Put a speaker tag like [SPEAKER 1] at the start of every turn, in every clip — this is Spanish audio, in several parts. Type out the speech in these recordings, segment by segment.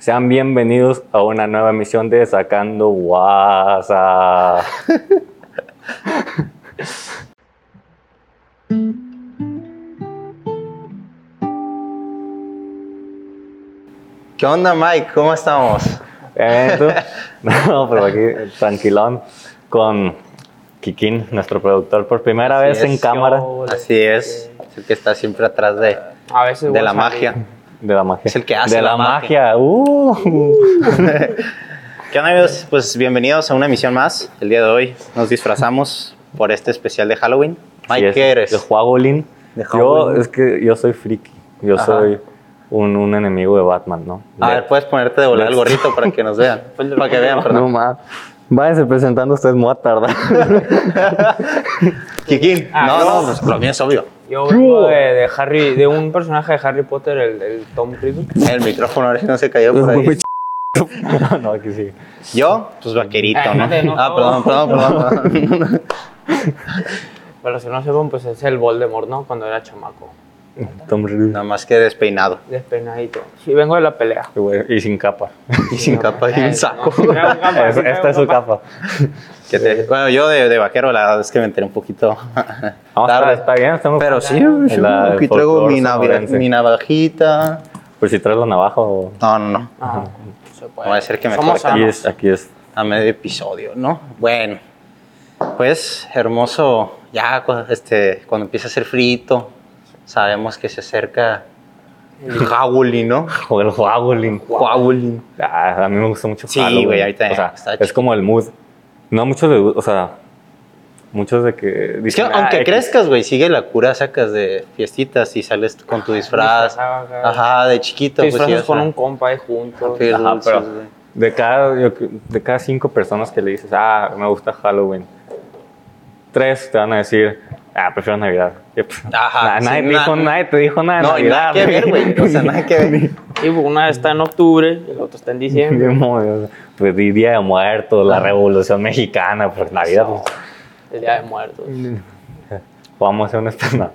[SPEAKER 1] Sean bienvenidos a una nueva emisión de Sacando WhatsApp.
[SPEAKER 2] ¿Qué onda, Mike? ¿Cómo estamos?
[SPEAKER 1] Bien, ¿tú? No, pero aquí tranquilón con Kikín, nuestro productor, por primera
[SPEAKER 3] Así
[SPEAKER 1] vez Pues en
[SPEAKER 3] es,
[SPEAKER 1] cámara
[SPEAKER 3] yo-
[SPEAKER 2] Así es. Es el que está siempre atrás de,
[SPEAKER 3] A veces
[SPEAKER 2] de
[SPEAKER 3] voy a
[SPEAKER 2] la
[SPEAKER 3] salir.
[SPEAKER 2] magia.
[SPEAKER 1] de la magia.
[SPEAKER 2] Es el que hace
[SPEAKER 1] de la,
[SPEAKER 2] la
[SPEAKER 1] magia.
[SPEAKER 2] magia.
[SPEAKER 1] Uh.
[SPEAKER 2] ¿Qué onda, amigos? Pues bienvenidos a una emisión más. El día de hoy nos disfrazamos por este especial de Halloween.
[SPEAKER 1] Así
[SPEAKER 2] Mike,
[SPEAKER 1] es,
[SPEAKER 2] ¿qué eres?
[SPEAKER 1] De Juagolín.
[SPEAKER 2] De
[SPEAKER 1] Yo,
[SPEAKER 2] Juagolín.
[SPEAKER 1] es que yo soy friki. Yo
[SPEAKER 2] Ajá.
[SPEAKER 1] soy un, un enemigo de Batman, ¿no?
[SPEAKER 2] A
[SPEAKER 1] De-
[SPEAKER 2] ver, puedes ponerte de volar el gorrito para que nos vean. Para que vean,
[SPEAKER 1] No
[SPEAKER 2] perdón.
[SPEAKER 1] más. Váyanse presentando ustedes, muy a tardar.
[SPEAKER 2] Kikín.
[SPEAKER 3] Ah,
[SPEAKER 2] No,
[SPEAKER 3] no.
[SPEAKER 2] no, pues lo mío es obvio.
[SPEAKER 3] Yo vengo de, de Harry, de un personaje de Harry Potter, el, el Tom Riddle.
[SPEAKER 2] El micrófono ahora sí no se cayó por Pues ahí.
[SPEAKER 1] no, no, aquí sí.
[SPEAKER 2] Yo, pues vaquerito, ¿no?
[SPEAKER 3] Espérate, no,
[SPEAKER 2] Ah, perdón,
[SPEAKER 3] no.
[SPEAKER 2] perdón, perdón. perdón.
[SPEAKER 3] Para los que no sepan, pues es el Voldemort, ¿no? Cuando era chamaco,
[SPEAKER 1] Tom Riddle.
[SPEAKER 2] Nada más que despeinado.
[SPEAKER 3] despeinadito. Sí, vengo de la pelea.
[SPEAKER 1] Y bueno, Y sin capa.
[SPEAKER 2] Y sin capa y
[SPEAKER 3] Eh,
[SPEAKER 2] un saco.
[SPEAKER 3] no, sí traigo capa,
[SPEAKER 1] Es-
[SPEAKER 3] sí traigo
[SPEAKER 1] esta es su capa.
[SPEAKER 2] Que te- bueno, yo de, de vaquero, la verdad es que me enteré un poquito.
[SPEAKER 1] Vamos a
[SPEAKER 2] tarde.
[SPEAKER 1] ver, está bien, estamos.
[SPEAKER 2] Pero sí,
[SPEAKER 1] Es la
[SPEAKER 2] aquí
[SPEAKER 1] del
[SPEAKER 2] traigo
[SPEAKER 1] folclore
[SPEAKER 2] mi, navi-
[SPEAKER 1] sonorense.
[SPEAKER 2] mi navajita.
[SPEAKER 1] Pues si traes la navaja o-
[SPEAKER 2] No, no, no.
[SPEAKER 3] Ah, no se puede.
[SPEAKER 2] Voy a hacer que me
[SPEAKER 3] Somos
[SPEAKER 2] corten.
[SPEAKER 1] Aquí
[SPEAKER 3] sanos.
[SPEAKER 1] es, aquí es.
[SPEAKER 2] A medio episodio, ¿no? Bueno, pues hermoso. Ya cu- este, cuando empieza a hacer frito, sabemos que se acerca el Howling, ¿no?
[SPEAKER 1] O el Howling.
[SPEAKER 2] Howling.
[SPEAKER 1] Ah, a mí me gusta mucho
[SPEAKER 2] Sí,
[SPEAKER 1] Halloween.
[SPEAKER 2] güey, ahorita
[SPEAKER 1] O sea,
[SPEAKER 2] está
[SPEAKER 1] es
[SPEAKER 2] chido.
[SPEAKER 1] como el mood. No a muchos de, o sea, muchos de que
[SPEAKER 2] Es que
[SPEAKER 1] dicen, "Ah,
[SPEAKER 2] aunque
[SPEAKER 1] X".
[SPEAKER 2] crezcas, güey, sigue la cura, sacas de fiestitas y sales con tu disfraz.
[SPEAKER 3] disfrazado, acá.
[SPEAKER 2] Ajá, de chiquito.
[SPEAKER 3] Te
[SPEAKER 2] pues,
[SPEAKER 3] disfrazas
[SPEAKER 2] sí, o
[SPEAKER 3] con
[SPEAKER 2] sea,
[SPEAKER 3] un compa ahí juntos.
[SPEAKER 2] sí,
[SPEAKER 1] Ajá,
[SPEAKER 2] dulces,
[SPEAKER 1] pero-
[SPEAKER 2] güey.
[SPEAKER 1] de cada yo cre- de cada cinco personas que le dices, "Ah, me gusta Halloween." Tres te van a decir, "Ah, prefiero Navidad." Y, pff, na-
[SPEAKER 2] Ajá, sí,
[SPEAKER 1] nadie, te
[SPEAKER 2] na-
[SPEAKER 1] dijo, nadie te dijo
[SPEAKER 3] Ah,
[SPEAKER 1] nada de
[SPEAKER 2] No, y
[SPEAKER 1] Navidad.
[SPEAKER 2] nada que ver, güey. O sea, nada que ver.
[SPEAKER 3] Y una está en octubre y la otra está en diciembre.
[SPEAKER 1] Bien movido. Pues di Día de Muertos,
[SPEAKER 2] Ah.
[SPEAKER 1] la Revolución Mexicana, pues Navidad.
[SPEAKER 3] El día de muertos.
[SPEAKER 1] pues, vamos a hacer un especial.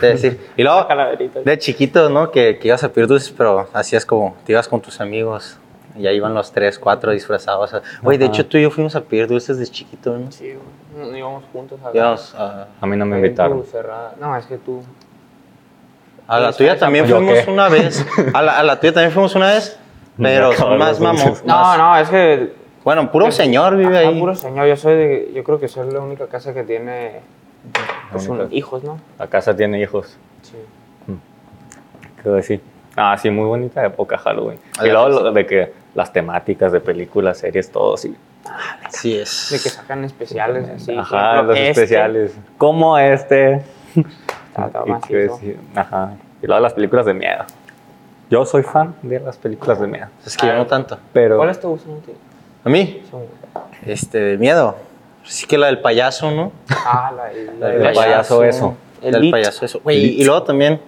[SPEAKER 2] Te decir. Y luego,
[SPEAKER 3] Calaverita.
[SPEAKER 2] de chiquito, ¿no? Que, que ibas a pedir dulces, pero hacías como, te ibas con tus amigos. Y ahí iban los tres, cuatro disfrazados. Güey, de hecho tú y yo fuimos a pedir dulces de chiquito, ¿no?
[SPEAKER 3] Sí, güey. íbamos juntos a
[SPEAKER 2] Íbamos a,
[SPEAKER 1] A mí no me
[SPEAKER 3] Ahí en
[SPEAKER 1] invitaron.
[SPEAKER 3] tu
[SPEAKER 2] pues.
[SPEAKER 3] cerrada. No, es que tú.
[SPEAKER 2] a la tuya también
[SPEAKER 1] ¿Yo
[SPEAKER 2] fuimos
[SPEAKER 1] qué?
[SPEAKER 2] una vez. A la, a la tuya también fuimos una vez, pero
[SPEAKER 1] Me acabo
[SPEAKER 2] son más
[SPEAKER 1] los
[SPEAKER 2] mamón.
[SPEAKER 1] dulces.
[SPEAKER 3] No, no, es que
[SPEAKER 2] Bueno, puro señor vive
[SPEAKER 3] Ajá,
[SPEAKER 2] ahí.
[SPEAKER 3] puro señor, yo soy de- yo creo que soy la única casa que tiene pues,
[SPEAKER 1] única.
[SPEAKER 3] un- hijos, ¿no?
[SPEAKER 1] La casa tiene hijos.
[SPEAKER 3] Sí.
[SPEAKER 1] Creo que sí. Ah, sí, muy bonita época Halloween.
[SPEAKER 2] A
[SPEAKER 1] Y
[SPEAKER 2] la
[SPEAKER 1] luego
[SPEAKER 2] vez.
[SPEAKER 1] lo de que las temáticas de películas, series, todo, sí.
[SPEAKER 2] Así
[SPEAKER 3] De que
[SPEAKER 2] es.
[SPEAKER 3] sacan especiales así. por
[SPEAKER 1] Ajá,
[SPEAKER 3] ejemplo,
[SPEAKER 1] los
[SPEAKER 3] este.
[SPEAKER 1] especiales. Como este.
[SPEAKER 3] Está- está
[SPEAKER 1] Y que
[SPEAKER 3] macizo.
[SPEAKER 1] sí, Ajá. Y luego las películas de miedo. Yo soy fan de las películas de miedo.
[SPEAKER 2] Es que yo
[SPEAKER 3] Ah.
[SPEAKER 2] no tanto.
[SPEAKER 1] Pero.
[SPEAKER 3] ¿Cuál es tu gusto? no tiene?
[SPEAKER 2] A mí, este, de miedo. Sí que la del payaso, ¿no?
[SPEAKER 3] Ah, la, la-
[SPEAKER 2] La
[SPEAKER 1] del
[SPEAKER 2] del
[SPEAKER 1] payaso
[SPEAKER 2] payaso,
[SPEAKER 1] eso.
[SPEAKER 3] El
[SPEAKER 2] del
[SPEAKER 3] It.
[SPEAKER 2] payaso eso. Güey, y luego también,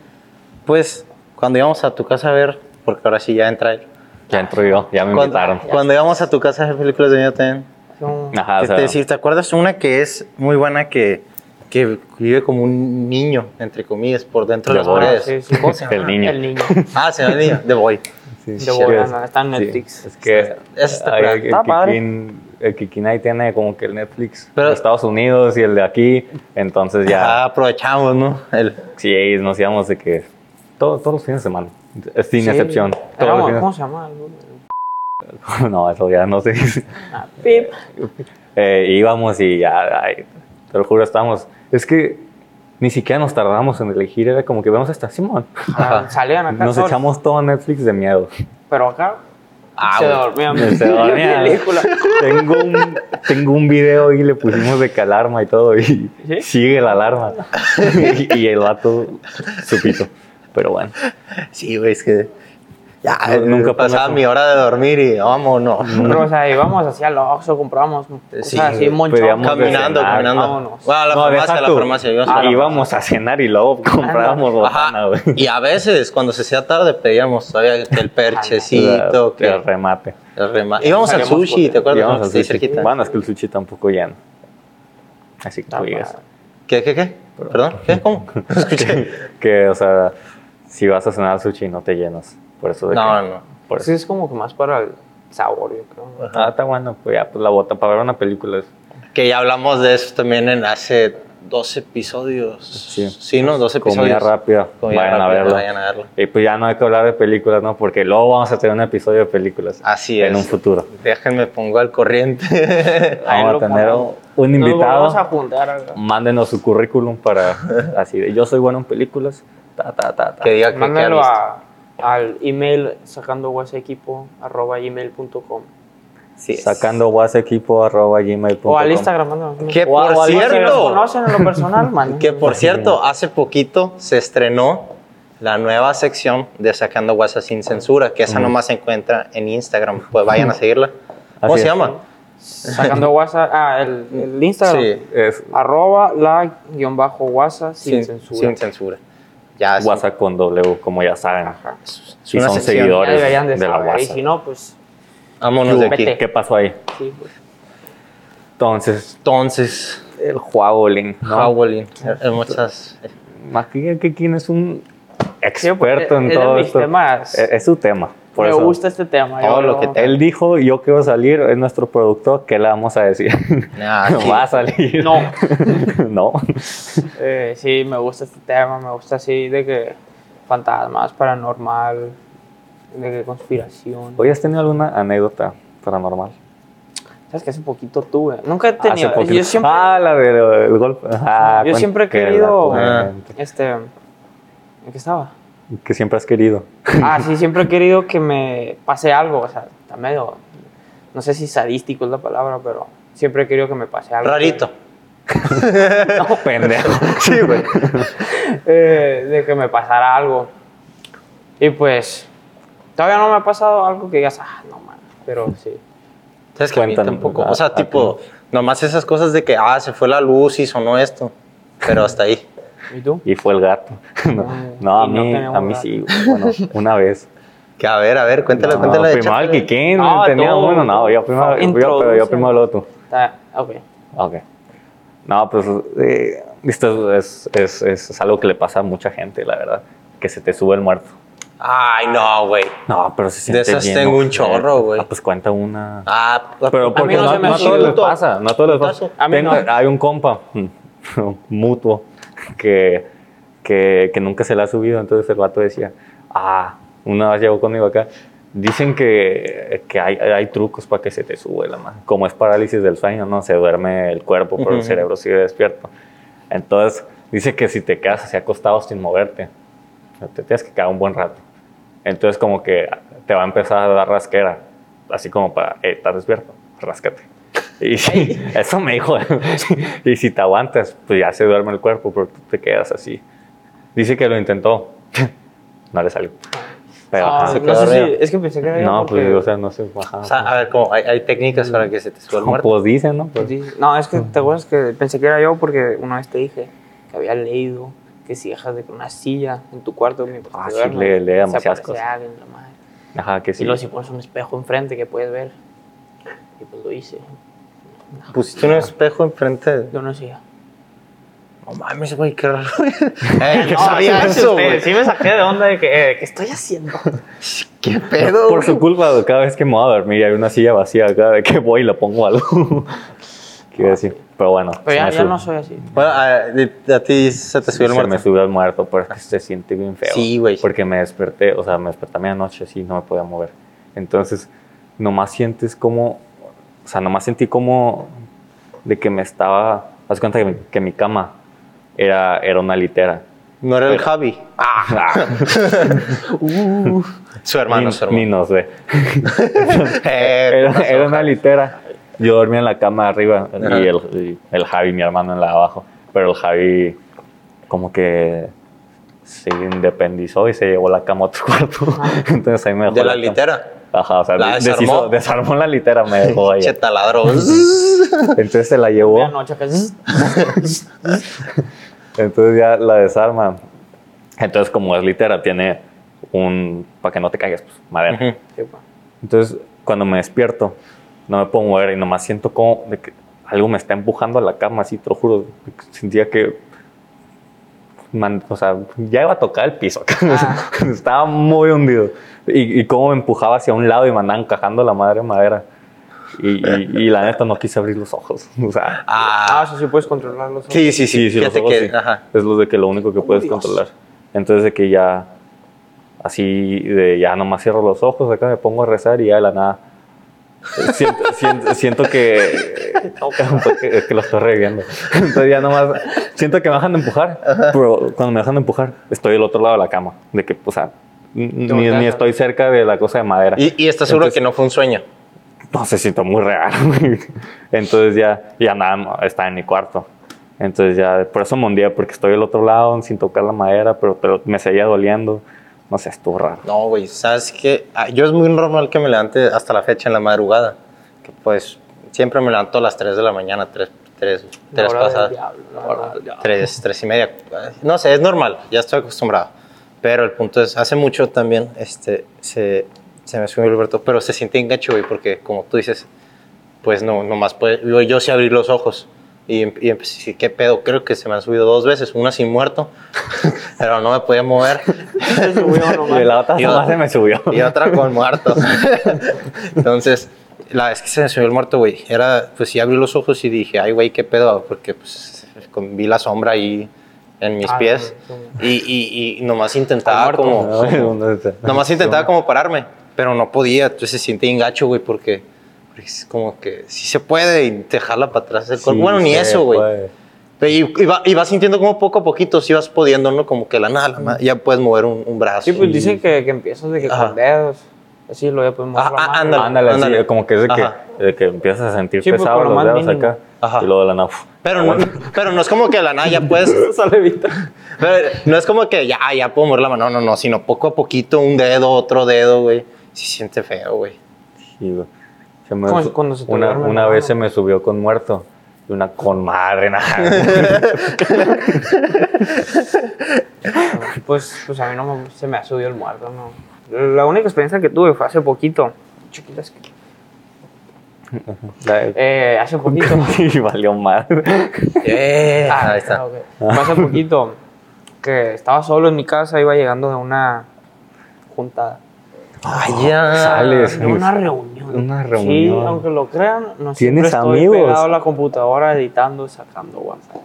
[SPEAKER 2] pues, cuando íbamos a tu casa a ver, porque ahora sí ya entra él.
[SPEAKER 1] Ya entro yo, ya me
[SPEAKER 2] Cuando,
[SPEAKER 1] invitaron.
[SPEAKER 2] cuando íbamos a tu casa a ver películas de miedo también.
[SPEAKER 3] son-
[SPEAKER 1] Ajá, o
[SPEAKER 2] te,
[SPEAKER 1] sea,
[SPEAKER 2] te decir, ¿te acuerdas una que es muy buena que, que vive como un niño, entre comillas, por dentro de
[SPEAKER 1] The
[SPEAKER 2] las
[SPEAKER 1] Boy.
[SPEAKER 2] paredes?
[SPEAKER 3] Sí, sí.
[SPEAKER 2] ¿Cómo se llama?
[SPEAKER 1] El niño.
[SPEAKER 3] El niño.
[SPEAKER 2] Ah, se llama el niño. The Boy.
[SPEAKER 1] Sí,
[SPEAKER 3] De volada, no, está en Netflix.
[SPEAKER 1] Es que
[SPEAKER 2] Esa está
[SPEAKER 1] ay,
[SPEAKER 2] perra.
[SPEAKER 1] el,
[SPEAKER 3] Está padre.
[SPEAKER 1] Kikín, el Kikín ahí tiene como que el Netflix
[SPEAKER 2] Pero-
[SPEAKER 1] de Estados Unidos y el de aquí. Entonces
[SPEAKER 2] Ya
[SPEAKER 1] ya,
[SPEAKER 2] Ah, aprovechamos, ¿no? El,
[SPEAKER 1] sí, nos íbamos de que todo- todos los fines de semana, eh, sin
[SPEAKER 3] Sí.
[SPEAKER 1] excepción.
[SPEAKER 3] Era
[SPEAKER 1] todos los
[SPEAKER 3] como- ¿Cómo
[SPEAKER 1] fines-
[SPEAKER 3] se llama?
[SPEAKER 1] no, eso ya no se dice.
[SPEAKER 3] Ah, Pip.
[SPEAKER 1] Eh, íbamos y ya, ay, te lo juro, estábamos. Es que ni siquiera nos tardamos en elegir, era como que vamos hasta Simón.
[SPEAKER 3] Ah, Salían acá.
[SPEAKER 1] Nos
[SPEAKER 3] solos,
[SPEAKER 1] echamos todo Netflix de miedo.
[SPEAKER 3] Pero acá
[SPEAKER 2] Ah,
[SPEAKER 3] se
[SPEAKER 2] güey.
[SPEAKER 3] dormían.
[SPEAKER 1] Se dormía.
[SPEAKER 3] película.
[SPEAKER 1] Tengo un, tengo un video y le pusimos de que alarma y todo, y sigue la alarma. y, y el vato, supito. Pero bueno,
[SPEAKER 2] sí, güey, es que... Ya,
[SPEAKER 1] No, nunca
[SPEAKER 2] nunca pasaba
[SPEAKER 1] pongas-
[SPEAKER 2] mi hora de dormir y vámonos.
[SPEAKER 1] Mm.
[SPEAKER 3] Pero, o sea, íbamos hacia el Oxxo, comprábamos cosas
[SPEAKER 2] Sí,
[SPEAKER 3] así,
[SPEAKER 2] güey,
[SPEAKER 3] monchón.
[SPEAKER 1] pedíamos de
[SPEAKER 2] Caminando,
[SPEAKER 1] cenar.
[SPEAKER 2] caminando.
[SPEAKER 3] Vámonos.
[SPEAKER 2] Bueno, a la
[SPEAKER 1] No,
[SPEAKER 2] farmacia, a
[SPEAKER 1] deja
[SPEAKER 2] la
[SPEAKER 1] tú.
[SPEAKER 2] farmacia. íbamos a la
[SPEAKER 1] Ah, íbamos a cenar y luego comprábamos botana,
[SPEAKER 2] Ajá.
[SPEAKER 1] güey.
[SPEAKER 2] Y a veces, cuando se hacía tarde, pedíamos todavía que el perchecito, que
[SPEAKER 1] El remate.
[SPEAKER 2] el rema- Íbamos al
[SPEAKER 3] Salíamos
[SPEAKER 2] sushi,
[SPEAKER 3] por-
[SPEAKER 2] ¿te acuerdas?
[SPEAKER 1] Íbamos al sushi.
[SPEAKER 2] Sí, cerquita.
[SPEAKER 1] Bueno, es que el sushi tampoco ya no. Así que
[SPEAKER 3] Ah,
[SPEAKER 1] no digas.
[SPEAKER 2] ¿Qué, qué, qué? ¿Perdón? ¿Qué? ¿Cómo? Escuché.
[SPEAKER 1] Que, o sea, si vas a cenar sushi no te llenas. Por eso de que-
[SPEAKER 2] No, no.
[SPEAKER 1] Por
[SPEAKER 3] Sí, es como que más para el sabor, yo creo. ¿no?
[SPEAKER 1] Ah, está bueno, pues ya, pues la bota para ver una película. es-
[SPEAKER 2] Que ya hablamos de eso también en hace dos episodios. Sí,
[SPEAKER 1] Sí.
[SPEAKER 2] ¿no? Dos episodios.
[SPEAKER 1] Comida rápida,
[SPEAKER 2] Comida
[SPEAKER 1] vayan a
[SPEAKER 2] rápida,
[SPEAKER 1] verlo.
[SPEAKER 2] vayan a verlo.
[SPEAKER 1] Y pues ya no hay que hablar de películas, ¿no? Porque luego vamos a tener un episodio de películas.
[SPEAKER 2] Así
[SPEAKER 1] En un
[SPEAKER 2] es.
[SPEAKER 1] futuro.
[SPEAKER 2] Déjenme pongo al corriente.
[SPEAKER 3] Ahí
[SPEAKER 1] Vamos
[SPEAKER 3] lo
[SPEAKER 1] a tener
[SPEAKER 3] ponemos.
[SPEAKER 1] un
[SPEAKER 3] Nos
[SPEAKER 1] invitado. Mm,
[SPEAKER 3] vamos a juntar. acá.
[SPEAKER 1] Mándenos su currículum para así de yo soy bueno en películas. Ta, ta, ta, ta.
[SPEAKER 2] que diga que- que, ha
[SPEAKER 3] Mándalo
[SPEAKER 2] visto.
[SPEAKER 3] a- al email sacando equipo arroba gmail.com
[SPEAKER 2] Sí es.
[SPEAKER 1] Sacando guasequipo arroba gmail punto
[SPEAKER 3] o al
[SPEAKER 1] com.
[SPEAKER 3] Instagram, mándalo.
[SPEAKER 2] Que
[SPEAKER 3] O a-
[SPEAKER 2] por
[SPEAKER 3] o al
[SPEAKER 2] cierto-
[SPEAKER 3] Instagram, conocen en lo personal, man.
[SPEAKER 1] Uh,
[SPEAKER 2] Que por cierto, hace poquito se estrenó la nueva sección de Sacando WhatsApp sin censura, que esa nomás se encuentra en Instagram. Pues vayan a seguirla. ¿Cómo
[SPEAKER 1] Así
[SPEAKER 2] se
[SPEAKER 1] es.
[SPEAKER 2] llama?
[SPEAKER 3] Sacando WhatsApp, ah, el, el Instagram.
[SPEAKER 2] Sí.
[SPEAKER 1] Es
[SPEAKER 3] Arroba la guión bajo WhatsApp sin, censura.
[SPEAKER 2] Sin censura. Ya
[SPEAKER 3] Ah,
[SPEAKER 2] es-
[SPEAKER 1] WhatsApp con W, como ya saben.
[SPEAKER 3] Ajá.
[SPEAKER 1] Si
[SPEAKER 2] una
[SPEAKER 1] son
[SPEAKER 2] sección.
[SPEAKER 3] Ya
[SPEAKER 1] seguidores
[SPEAKER 3] deberían de
[SPEAKER 1] de la
[SPEAKER 3] saber. Y si
[SPEAKER 1] WhatsApp.
[SPEAKER 3] no, pues
[SPEAKER 2] Vámonos de aquí.
[SPEAKER 3] Vete.
[SPEAKER 1] ¿Qué pasó ahí?
[SPEAKER 3] sí. pues.
[SPEAKER 1] Entonces,
[SPEAKER 2] Entonces,
[SPEAKER 1] el Huawei, ¿no?
[SPEAKER 2] Howling, eh, muchas.
[SPEAKER 1] Más que que quien es un
[SPEAKER 3] porque
[SPEAKER 1] experto en
[SPEAKER 3] es de
[SPEAKER 1] todo
[SPEAKER 3] eh, mis
[SPEAKER 1] esto. E,
[SPEAKER 3] temas.
[SPEAKER 1] Es, es su tema. Por
[SPEAKER 3] Me
[SPEAKER 1] eso.
[SPEAKER 3] gusta este tema.
[SPEAKER 2] Todo
[SPEAKER 3] yo
[SPEAKER 2] lo que te-
[SPEAKER 1] Él dijo, yo quiero salir, es nuestro productor, ¿qué le vamos a decir?
[SPEAKER 2] Ah, sí.
[SPEAKER 1] Va a salir.
[SPEAKER 3] No.
[SPEAKER 1] no.
[SPEAKER 3] Eh, sí, me gusta este tema, me gusta así de que fantasmas, paranormal, de que conspiración.
[SPEAKER 1] ¿Hoy has tenido alguna anécdota paranormal?
[SPEAKER 3] ¿Sabes que hace poquito tuve? Nunca he tenido.
[SPEAKER 1] Hace poquito.
[SPEAKER 3] yo siempre,
[SPEAKER 1] Ah, la del el golpe. Ah,
[SPEAKER 3] yo
[SPEAKER 1] cuenta-
[SPEAKER 3] siempre he
[SPEAKER 1] que la
[SPEAKER 3] querido.
[SPEAKER 1] cuenta.
[SPEAKER 3] Este. ¿En qué estaba?
[SPEAKER 1] Que siempre has querido.
[SPEAKER 3] Ah, sí, siempre he querido que me pase algo. O sea, está medio. No sé si sadístico es la palabra, pero siempre he querido que me pase algo.
[SPEAKER 2] Rarito.
[SPEAKER 1] No, pendejo. Sí, güey.
[SPEAKER 3] eh, de que me pasara algo. Y pues, todavía no me ha pasado algo que digas, ah, no man, pero sí.
[SPEAKER 2] ¿Sabes que a mí
[SPEAKER 1] Cuéntanos, Ah,
[SPEAKER 2] tampoco?
[SPEAKER 1] a-
[SPEAKER 2] O sea,
[SPEAKER 1] a
[SPEAKER 2] tipo, nomás esas cosas de que, ah, se fue la luz y sonó esto. Pero hasta ahí.
[SPEAKER 3] ¿Y tú?
[SPEAKER 1] Y fue el gato. No, no, a
[SPEAKER 3] Y no
[SPEAKER 1] mí,
[SPEAKER 3] tenemos
[SPEAKER 1] a mí
[SPEAKER 3] gato.
[SPEAKER 1] sí. güey. Bueno, una vez.
[SPEAKER 2] Que a ver, a ver, cuéntale,
[SPEAKER 1] No,
[SPEAKER 2] cuéntale.
[SPEAKER 1] primero al
[SPEAKER 2] échatela.
[SPEAKER 1] Kikín,
[SPEAKER 3] No,
[SPEAKER 1] tenía
[SPEAKER 3] tú.
[SPEAKER 1] uno. No, yo primero, yo- pero
[SPEAKER 3] Introduce.
[SPEAKER 1] yo primero lo tú.
[SPEAKER 3] Está, ok.
[SPEAKER 1] Ok. No, pues eh, esto es, es- es- es algo que le pasa a mucha gente, la verdad. Que se te sube el muerto.
[SPEAKER 2] Ay, no, güey.
[SPEAKER 1] No, pero se siente
[SPEAKER 2] De esas
[SPEAKER 1] bien,
[SPEAKER 2] tengo un
[SPEAKER 1] ojete.
[SPEAKER 2] chorro, güey.
[SPEAKER 1] Ah, pues cuenta una.
[SPEAKER 2] Ah,
[SPEAKER 1] Pero porque
[SPEAKER 3] no
[SPEAKER 1] no,
[SPEAKER 3] se me
[SPEAKER 1] no a
[SPEAKER 3] hace
[SPEAKER 1] todos les
[SPEAKER 3] bruto.
[SPEAKER 1] pasa, no a todos les
[SPEAKER 2] Putazo.
[SPEAKER 1] pasa.
[SPEAKER 3] A mí
[SPEAKER 1] Tengo-
[SPEAKER 3] no.
[SPEAKER 1] Hay un compa mm, mutuo que, que, que nunca se le ha subido, entonces el vato decía, ah, una vez llegó conmigo acá, dicen que, que hay, hay trucos para que se te sube la mano, como es parálisis del sueño, no, se duerme el cuerpo, pero el
[SPEAKER 2] Ujú.
[SPEAKER 1] cerebro sigue despierto. Entonces, dice que si te quedas así acostado sin moverte, te tienes que quedar un buen rato. Entonces como que te va a empezar a dar rasquera, así como para, eh, estás despierto, ráscate. Y si- eso me dijo. y si te aguantas, pues ya se duerme el cuerpo, pero tú te quedas así. Dice que lo intentó, no le salió. Pero,
[SPEAKER 3] Ah,
[SPEAKER 1] ajá.
[SPEAKER 2] se
[SPEAKER 3] no
[SPEAKER 2] quedó
[SPEAKER 3] sé si,
[SPEAKER 2] arriba.
[SPEAKER 3] es que pensé que era yo
[SPEAKER 1] no,
[SPEAKER 3] porque-
[SPEAKER 1] pues, o sea, no se ajá.
[SPEAKER 2] O sea, a ver, como hay, hay técnicas para que se te suba el
[SPEAKER 1] Como,
[SPEAKER 2] muerto.
[SPEAKER 1] pues dicen, ¿no? Pues,
[SPEAKER 3] Sí, No, es que te acuerdas que pensé que era yo porque una vez te dije que había leído que si dejas de una silla en tu cuarto mientras
[SPEAKER 1] Ah,
[SPEAKER 3] te
[SPEAKER 1] sí,
[SPEAKER 3] duermes,
[SPEAKER 1] lee- lee
[SPEAKER 3] se
[SPEAKER 1] demasiadas
[SPEAKER 3] aparece
[SPEAKER 1] cosas.
[SPEAKER 3] alguien, la madre.
[SPEAKER 1] ajá, que sí.
[SPEAKER 3] Y luego si pones un espejo enfrente que puedes ver. Y pues lo hice.
[SPEAKER 2] Pusiste un espejo enfrente. de-
[SPEAKER 3] Yo no silla.
[SPEAKER 2] No mames, güey, qué raro. Eh, no
[SPEAKER 3] No,
[SPEAKER 2] sabía
[SPEAKER 3] sí me
[SPEAKER 2] eso,
[SPEAKER 3] asusté,
[SPEAKER 2] güey.
[SPEAKER 3] Sí me saqué de onda de que, eh, ¿qué estoy haciendo?
[SPEAKER 2] ¿Qué pedo?
[SPEAKER 1] Por su culpa, güey, cada vez que me voy a dormir y hay una silla vacía acá, de que voy y le pongo algo. Quiero decir, pero bueno.
[SPEAKER 3] Ah. Pero ya,
[SPEAKER 1] se me
[SPEAKER 3] ya
[SPEAKER 1] sub-
[SPEAKER 3] no soy así.
[SPEAKER 2] Bueno, a, de- a ti se te subió el
[SPEAKER 1] Se me
[SPEAKER 2] muerto.
[SPEAKER 1] subió el muerto, pero es que se siente bien feo.
[SPEAKER 2] Sí, güey.
[SPEAKER 1] Porque me desperté, o sea, me desperté a medianoche así, no me podía mover. Entonces, nomás sientes como, o sea, nomás sentí como de que me estaba, haz cuenta que mi, que mi cama era, era una litera.
[SPEAKER 2] No era el Javi. Ah, Uh, su hermano,
[SPEAKER 1] ni,
[SPEAKER 2] su hermano.
[SPEAKER 1] ni nos ve.
[SPEAKER 2] Eh,
[SPEAKER 1] Era,
[SPEAKER 2] pasó,
[SPEAKER 1] era una
[SPEAKER 2] Javi.
[SPEAKER 1] litera. Yo dormía en la cama de arriba
[SPEAKER 2] Ajá.
[SPEAKER 1] y el, y el Javi, mi hermano, en la de abajo. Pero el Javi como que se independizó y se llevó la cama a otro cuarto. Entonces ahí me dejó
[SPEAKER 2] ¿De la
[SPEAKER 1] cama.
[SPEAKER 2] litera?
[SPEAKER 1] Ajá, o sea,
[SPEAKER 2] ¿La
[SPEAKER 1] de-
[SPEAKER 2] desarmó?
[SPEAKER 1] deshizo- desarmó la litera, me dejó ahí.
[SPEAKER 2] Che taladro.
[SPEAKER 1] Entonces se la llevó.
[SPEAKER 3] Ya no, chacas.
[SPEAKER 1] Entonces ya la desarma. Entonces como es litera, tiene un... para que no te caigas, pues, madera.
[SPEAKER 2] Ujú.
[SPEAKER 3] Sí, pa.
[SPEAKER 1] Entonces, cuando me despierto, no me puedo mover y nomás siento como de que algo me está empujando a la cama, así, te lo juro. Sentía que man- o sea, ya iba a tocar el piso. Estaba muy hundido. Y, y cómo me empujaba hacia un lado y me andaba encajando la madre en madera. Y, y- y la neta no quise abrir los ojos. O sea,
[SPEAKER 3] Ah,
[SPEAKER 2] Ah,
[SPEAKER 3] eso sí puedes controlarlo. solo.
[SPEAKER 2] sí, sí, sí.
[SPEAKER 1] sí, sí, los
[SPEAKER 2] fíjate
[SPEAKER 1] ojos
[SPEAKER 2] que,
[SPEAKER 1] sí.
[SPEAKER 2] ajá.
[SPEAKER 1] Es lo de que lo único que
[SPEAKER 3] Oh,
[SPEAKER 1] puedes
[SPEAKER 3] Dios.
[SPEAKER 1] controlar. Entonces de que ya, así de ya nomás cierro los ojos, acá me pongo a rezar y ya de la nada. Siento, siento, siento que, porque es que lo estoy reviviendo. Entonces ya nomás siento que me dejan de empujar, pero cuando me dejan de empujar estoy del otro lado de la cama, de que, o sea,
[SPEAKER 3] Te
[SPEAKER 1] ni,
[SPEAKER 3] volteas,
[SPEAKER 1] ni
[SPEAKER 3] ¿no?
[SPEAKER 1] estoy cerca de la cosa de madera
[SPEAKER 2] Y, y estás seguro
[SPEAKER 1] Entonces-
[SPEAKER 2] que no fue un sueño.
[SPEAKER 1] no se siento muy real. güey. Entonces ya, ya nada, ma- estaba en mi cuarto. Entonces ya, por eso me hundía, porque estoy del otro lado sin tocar la madera, pero, pero me seguía doliendo. No sé, estuvo raro.
[SPEAKER 2] No, güey, sabes que yo es muy normal que me levante hasta la fecha en la madrugada. Que pues siempre me levanto a las 3 de la mañana, 3, 3,
[SPEAKER 3] La
[SPEAKER 2] 3
[SPEAKER 3] hora del
[SPEAKER 2] pasadas.
[SPEAKER 3] diablo, la hora del diablo.
[SPEAKER 2] 3, 3 y media. No sé, es normal, ya estoy acostumbrado. Pero el punto es, hace mucho también este, se, se me subió Alberto, pero se siente engancho, güey, porque como tú dices, pues no, nomás puede, yo, yo sí abrí los ojos. Y, em- y empecé, ¿qué pedo? Creo que se me han subido dos veces, una sin muerto, pero no me podía mover.
[SPEAKER 3] Ese güey, bueno,
[SPEAKER 1] Y la otra
[SPEAKER 2] Yo-
[SPEAKER 1] jamás se me subió.
[SPEAKER 2] y otra con muerto. Entonces, la vez que se me subió el muerto, güey, era, pues sí abrí los ojos y dije, ay, güey, qué pedo, porque pues con- vi la sombra ahí en mis
[SPEAKER 3] Ah,
[SPEAKER 2] pies
[SPEAKER 3] sí,
[SPEAKER 2] y, y- y nomás intentaba
[SPEAKER 3] Al muerto.
[SPEAKER 2] como, nomás
[SPEAKER 1] Nomás
[SPEAKER 2] intentaba como pararme, pero no podía, entonces se siente engacho, güey, porque porque es como que sí se puede y te jala para atrás el cuerpo. bueno, ni eso, güey. Y, y va- y vas sintiendo como poco a poquito, si vas pudiendo, ¿no? Como que la nada, la nada, ya puedes mover un, un brazo.
[SPEAKER 3] Sí, pues dicen que, que empiezas de que
[SPEAKER 2] Ajá.
[SPEAKER 3] con dedos. Así lo ya podemos.
[SPEAKER 2] Ah, ah, ándale.
[SPEAKER 1] Ándale, así,
[SPEAKER 2] ándale.
[SPEAKER 1] como que es de
[SPEAKER 2] Ajá.
[SPEAKER 1] que, de que empiezas a sentir
[SPEAKER 3] Sí, pues,
[SPEAKER 1] pesado
[SPEAKER 3] con lo
[SPEAKER 1] los
[SPEAKER 3] más
[SPEAKER 1] dedos
[SPEAKER 3] mínimo.
[SPEAKER 1] acá.
[SPEAKER 2] Ajá.
[SPEAKER 1] Y luego de la nada. uf,
[SPEAKER 2] Pero no, pero no es como que de la nada ya puedes.
[SPEAKER 3] Sale Vita.
[SPEAKER 2] pero no es como que ya, ah, ya puedo mover la mano. No, no, no. Sino poco a poquito, un dedo, otro dedo, güey. Sí se siente feo, güey.
[SPEAKER 1] Y, güey, se me-
[SPEAKER 3] Como cuando se te
[SPEAKER 1] una
[SPEAKER 3] duerme la
[SPEAKER 1] una
[SPEAKER 3] mano.
[SPEAKER 1] vez se me subió con muerto y una con madre, nada.
[SPEAKER 3] Pues, pues a mí no me- se me ha subido el muerto, no. La única experiencia que tuve fue hace poquito. Chiquitas. que-
[SPEAKER 1] La-
[SPEAKER 3] Eh, hace poquito.
[SPEAKER 1] y valió madre.
[SPEAKER 2] Eh,
[SPEAKER 3] Ah,
[SPEAKER 2] ahí está.
[SPEAKER 3] ok. Fue hace poquito que estaba solo en mi casa, iba llegando de una juntada.
[SPEAKER 2] Ay, ya.
[SPEAKER 1] Sales.
[SPEAKER 3] De una reunión.
[SPEAKER 1] Una
[SPEAKER 3] Sí,
[SPEAKER 1] reunión.
[SPEAKER 3] aunque lo crean, no
[SPEAKER 1] ¿Tienes
[SPEAKER 3] siempre estoy
[SPEAKER 1] amigos?
[SPEAKER 3] pegado a la computadora editando, sacando WhatsApp.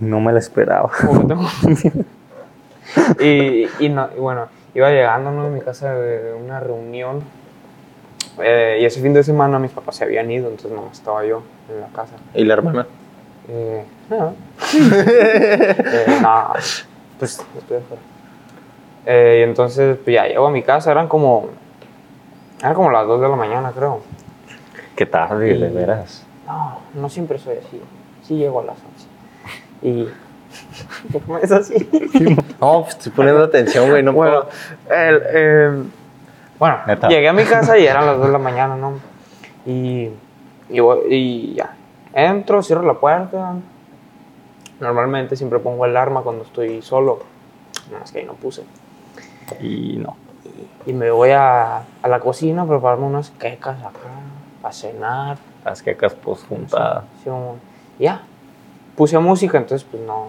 [SPEAKER 1] No me la esperaba.
[SPEAKER 3] Como que tengo- y, y no- y bueno, iba llegando ¿no? de mi casa de, de una reunión. eh, y ese fin de semana mis papás se habían ido, entonces no estaba yo en la casa.
[SPEAKER 2] Y la hermana.
[SPEAKER 3] Eh, no. Eh, no, Pues estoy afuera. Eh, y entonces pues, ya llego a mi casa, eran como. Eran como las 2 de la mañana, creo.
[SPEAKER 1] Qué tarde, de veras.
[SPEAKER 3] No, no siempre soy así. Sí llego a las 11. Y. ¿Cómo es así?
[SPEAKER 2] No, pues, estoy poniendo atención, güey. No
[SPEAKER 3] Bueno,
[SPEAKER 2] puedo.
[SPEAKER 3] el, eh, bueno
[SPEAKER 1] Neta.
[SPEAKER 3] llegué a mi casa y eran las 2 de la mañana, ¿no? Y, y, voy- y ya. Entro, cierro la puerta. Normalmente siempre pongo alarma cuando estoy solo. Nada más que ahí no puse.
[SPEAKER 1] Y no.
[SPEAKER 3] Y me voy a, a la cocina a prepararme unas quecas acá, a cenar.
[SPEAKER 1] Las quecas pues juntadas.
[SPEAKER 3] Sí, como- ya. Puse música, entonces pues no.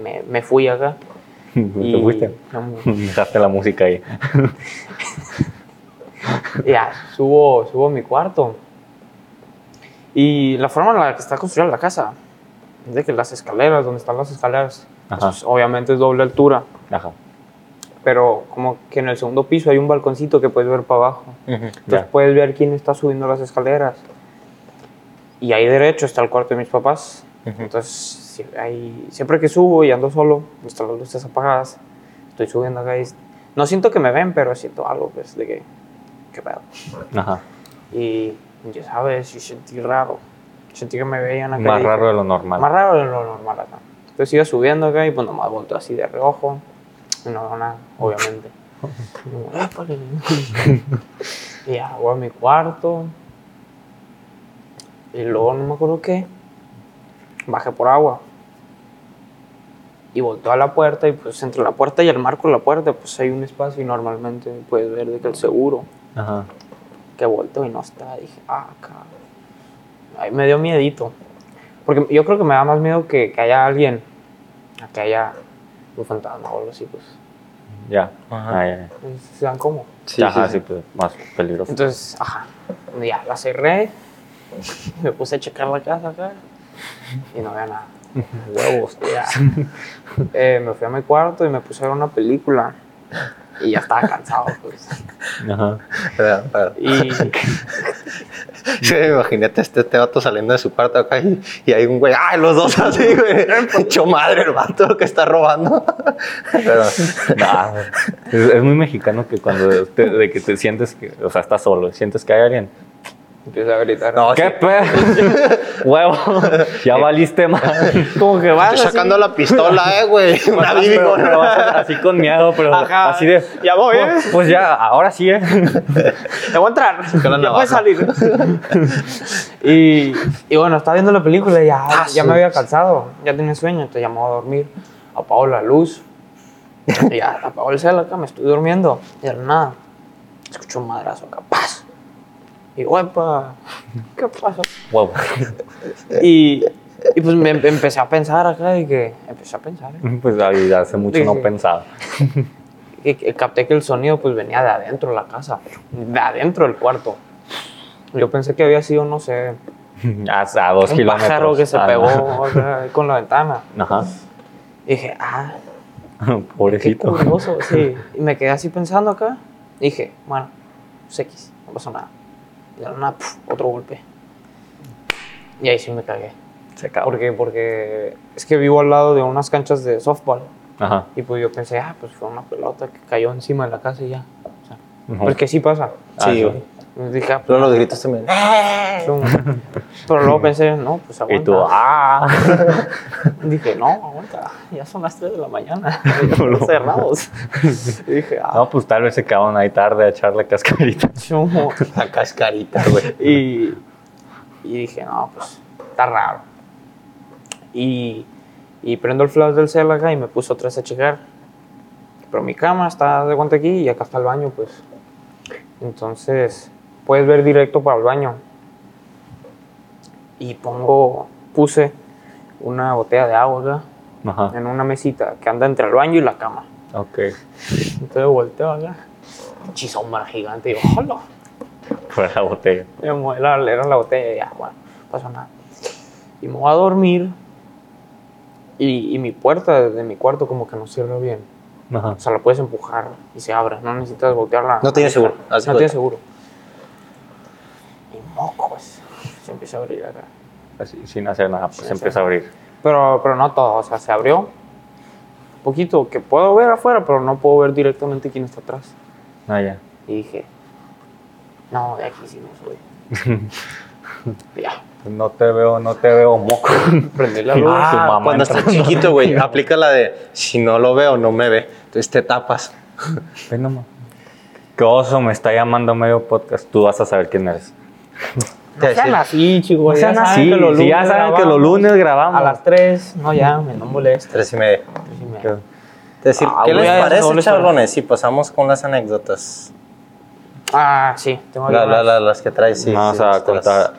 [SPEAKER 3] Me, me fui acá.
[SPEAKER 1] ¿Te
[SPEAKER 3] y-
[SPEAKER 1] fuiste?
[SPEAKER 3] no, me-
[SPEAKER 1] Dejaste la música ahí.
[SPEAKER 3] Ya, subo, subo a mi cuarto. Y la forma en la que está construida la casa, es de que las escaleras, donde están las escaleras,
[SPEAKER 1] Ajá.
[SPEAKER 3] pues, obviamente es doble altura,
[SPEAKER 1] Ajá.
[SPEAKER 3] pero como que en el segundo piso hay un balconcito que puedes ver para abajo.
[SPEAKER 2] Ujú.
[SPEAKER 3] Entonces
[SPEAKER 1] Ya.
[SPEAKER 3] puedes ver quién está subiendo las escaleras. Y ahí derecho está el cuarto de mis papás.
[SPEAKER 2] Ujú.
[SPEAKER 3] Entonces, si- ahí- siempre que subo y ando solo, están las luces apagadas, estoy subiendo acá y no siento que me ven, pero siento algo, pues, de que, qué pedo.
[SPEAKER 1] Ajá.
[SPEAKER 3] Y ya sabes, yo sentí raro. Sentí que me veían acá.
[SPEAKER 1] ah, Más
[SPEAKER 3] y dije,
[SPEAKER 1] raro de lo normal.
[SPEAKER 3] Más raro de lo normal acá. Entonces iba subiendo acá y pues nomás volteo así de reojo. Y no veo nada, obviamente. Y digo, "Épale". y ya, voy a mi cuarto. Y luego no me acuerdo qué. Bajé por agua. Y volteo a la puerta y pues entre la puerta y el marco de la puerta pues hay un espacio y normalmente puedes ver de que el seguro
[SPEAKER 1] Ajá.
[SPEAKER 3] que volteo y no está. Dije, ah, cabrón. Ahí me dio miedito. Porque yo creo que me da más miedo que, que haya alguien acá haya un fantasma o algo así, pues.
[SPEAKER 1] Ya.
[SPEAKER 2] Ajá.
[SPEAKER 1] Ah, ya, ya.
[SPEAKER 3] Se dan como.
[SPEAKER 2] Sí,
[SPEAKER 1] Ajá,
[SPEAKER 2] sí,
[SPEAKER 1] sí,
[SPEAKER 2] sí.
[SPEAKER 1] pues más peligroso.
[SPEAKER 3] Entonces, ajá, ya la cerré, me puse a checar la casa acá y no había nada. Huevos, ya. Eh, me fui a mi cuarto y me puse a ver una película y ya estaba cansado, pues.
[SPEAKER 1] Ajá.
[SPEAKER 2] Pero- pero-
[SPEAKER 3] Y
[SPEAKER 2] Sí, imagínate este, este vato saliendo de su cuarto acá y, y hay un güey, ¡ay, los dos así, güey! Hecho madre el vato que está robando. Pero,
[SPEAKER 1] Nah, es, es muy mexicano que cuando te- de que te sientes que, o sea, estás solo, sientes que hay alguien.
[SPEAKER 3] empiezo a gritar.
[SPEAKER 2] no,
[SPEAKER 1] ¿Qué
[SPEAKER 2] sí,
[SPEAKER 1] pe- Huevo, ya valiste más.
[SPEAKER 3] Como que vas
[SPEAKER 2] estoy Ah, sacando la pistola, eh, güey. Una bibi
[SPEAKER 1] Pero-
[SPEAKER 2] con-
[SPEAKER 1] pero así con miedo, pero
[SPEAKER 3] Ajá,
[SPEAKER 1] así de.
[SPEAKER 3] ya voy, ¿eh?
[SPEAKER 1] Pues, pues ya, ahora sí, ¿eh?
[SPEAKER 3] Te voy a entrar.
[SPEAKER 2] la
[SPEAKER 3] Ya
[SPEAKER 2] navaja.
[SPEAKER 3] puedes salir. y, y bueno, estaba viendo la película y ya,
[SPEAKER 2] Ah,
[SPEAKER 3] ya
[SPEAKER 2] sí.
[SPEAKER 3] me había cansado. Ya tenía sueño, entonces llamaba a dormir. Apago la luz. y ya apago el cel acá, me estoy durmiendo. Y de la nada, escucho un madrazo acá. ¡Paz! Y guapa, ¿qué pasó?
[SPEAKER 1] Huevo.
[SPEAKER 3] Y, y pues me em- empecé a pensar acá y que empecé a pensar. ¿eh?
[SPEAKER 1] Pues ahí hace mucho no
[SPEAKER 3] Dije.
[SPEAKER 1] pensaba.
[SPEAKER 3] Y, que- capté que el sonido pues venía de adentro de la casa, de adentro del cuarto. Yo pensé que había sido, no sé,
[SPEAKER 1] A, a dos
[SPEAKER 3] un
[SPEAKER 1] kilómetros.
[SPEAKER 3] pájaro que se
[SPEAKER 1] Ah,
[SPEAKER 3] pegó
[SPEAKER 1] no.
[SPEAKER 3] o sea, con la ventana.
[SPEAKER 1] Ajá.
[SPEAKER 3] Y dije, ah, qué
[SPEAKER 1] Pobrecito.
[SPEAKER 3] curioso. Sí. Y me quedé así pensando acá. Y dije, bueno, pues X, no pasó nada. Y de la nada, puf, otro golpe. Y ahí sí me cagué.
[SPEAKER 1] Se cagó.
[SPEAKER 3] ¿Por qué? Porque es que vivo al lado de unas canchas de softball.
[SPEAKER 1] Ajá.
[SPEAKER 3] Y pues yo pensé, ah, pues fue una pelota que cayó encima de la casa y ya. O sea,
[SPEAKER 1] Ujú.
[SPEAKER 3] Porque sí pasa.
[SPEAKER 1] Ah,
[SPEAKER 2] Sí,
[SPEAKER 1] sí.
[SPEAKER 2] güey.
[SPEAKER 3] Y dije, ah, pues,
[SPEAKER 2] Pero los gritos también.
[SPEAKER 3] un- Pero luego pensé, no, pues
[SPEAKER 1] Y
[SPEAKER 3] aguanta.
[SPEAKER 1] tú, ah.
[SPEAKER 3] Dije, no, aguanta, ya son las 3 de la mañana, ya están cerrados. Y dije, ah,
[SPEAKER 1] No, pues tal vez se quedaron ahí tarde a echarle cascarita.
[SPEAKER 3] chumo.
[SPEAKER 2] La cascarita, güey.
[SPEAKER 3] Y, y dije, no, pues está raro. Y, y prendo el flash del cel acá y me puso otra vez a checar. Pero mi cama está de cuenta aquí y acá está el baño, pues. Entonces, puedes ver directo para el baño. Y pongo, puse una botella de agua acá
[SPEAKER 1] Ajá.
[SPEAKER 3] en una mesita que anda entre el baño y la cama.
[SPEAKER 1] Ok.
[SPEAKER 3] Entonces volteo acá. Pinche sombra gigante. Y yo, hola.
[SPEAKER 1] Fue la botella.
[SPEAKER 3] Me mueve la, era la botella y ya, bueno, no pasó nada. Y me voy a dormir. Y, y mi puerta de mi cuarto como que no cierra bien.
[SPEAKER 1] Ajá.
[SPEAKER 3] O sea, la puedes empujar y se abre. No necesitas voltearla.
[SPEAKER 2] No tiene seguro, así
[SPEAKER 3] No
[SPEAKER 2] que-
[SPEAKER 3] tiene seguro. Y mocos. Se empieza a abrir acá.
[SPEAKER 1] Así, sin hacer nada, pues
[SPEAKER 3] Sin hacer
[SPEAKER 1] empieza a abrir.
[SPEAKER 3] Pero, pero no todo. O sea, se abrió. Un poquito que puedo ver afuera, pero no puedo ver directamente quién está atrás.
[SPEAKER 1] Ah, ya.
[SPEAKER 3] Y dije, no, de aquí sí no soy. Y ya.
[SPEAKER 1] Pues, No te veo, no te veo moco.
[SPEAKER 2] Prendí la
[SPEAKER 1] luz. Su mamá
[SPEAKER 2] cuando estás
[SPEAKER 1] entrando.
[SPEAKER 2] chiquito, güey, aplica la de si no lo veo, no me ve. Entonces te tapas.
[SPEAKER 1] Ven nomás. Qué oso, me está llamando medio podcast. Tú vas a saber quién eres.
[SPEAKER 2] Te
[SPEAKER 3] No sean
[SPEAKER 2] decía,
[SPEAKER 3] así, chicos.
[SPEAKER 1] No
[SPEAKER 3] ya
[SPEAKER 1] sean
[SPEAKER 3] saben
[SPEAKER 1] así,
[SPEAKER 3] que los
[SPEAKER 1] si
[SPEAKER 3] lunes
[SPEAKER 1] ya saben que los
[SPEAKER 3] grabamos.
[SPEAKER 1] lunes grabamos.
[SPEAKER 3] A las 3, no llamen, no molesten.
[SPEAKER 2] Tres y media.
[SPEAKER 3] Tres y media.
[SPEAKER 1] ¿Qué?
[SPEAKER 2] Es decir,
[SPEAKER 3] Ah,
[SPEAKER 2] ¿qué
[SPEAKER 3] güey,
[SPEAKER 2] les
[SPEAKER 3] ya
[SPEAKER 2] parece,
[SPEAKER 3] doble
[SPEAKER 2] chavalones? Si pasamos con las anécdotas.
[SPEAKER 3] Ah, sí, tengo
[SPEAKER 2] La-
[SPEAKER 3] algunas.
[SPEAKER 2] la- la- las que traes, sí.
[SPEAKER 1] Vamos
[SPEAKER 2] sí,
[SPEAKER 1] a
[SPEAKER 2] échatelas.
[SPEAKER 1] contar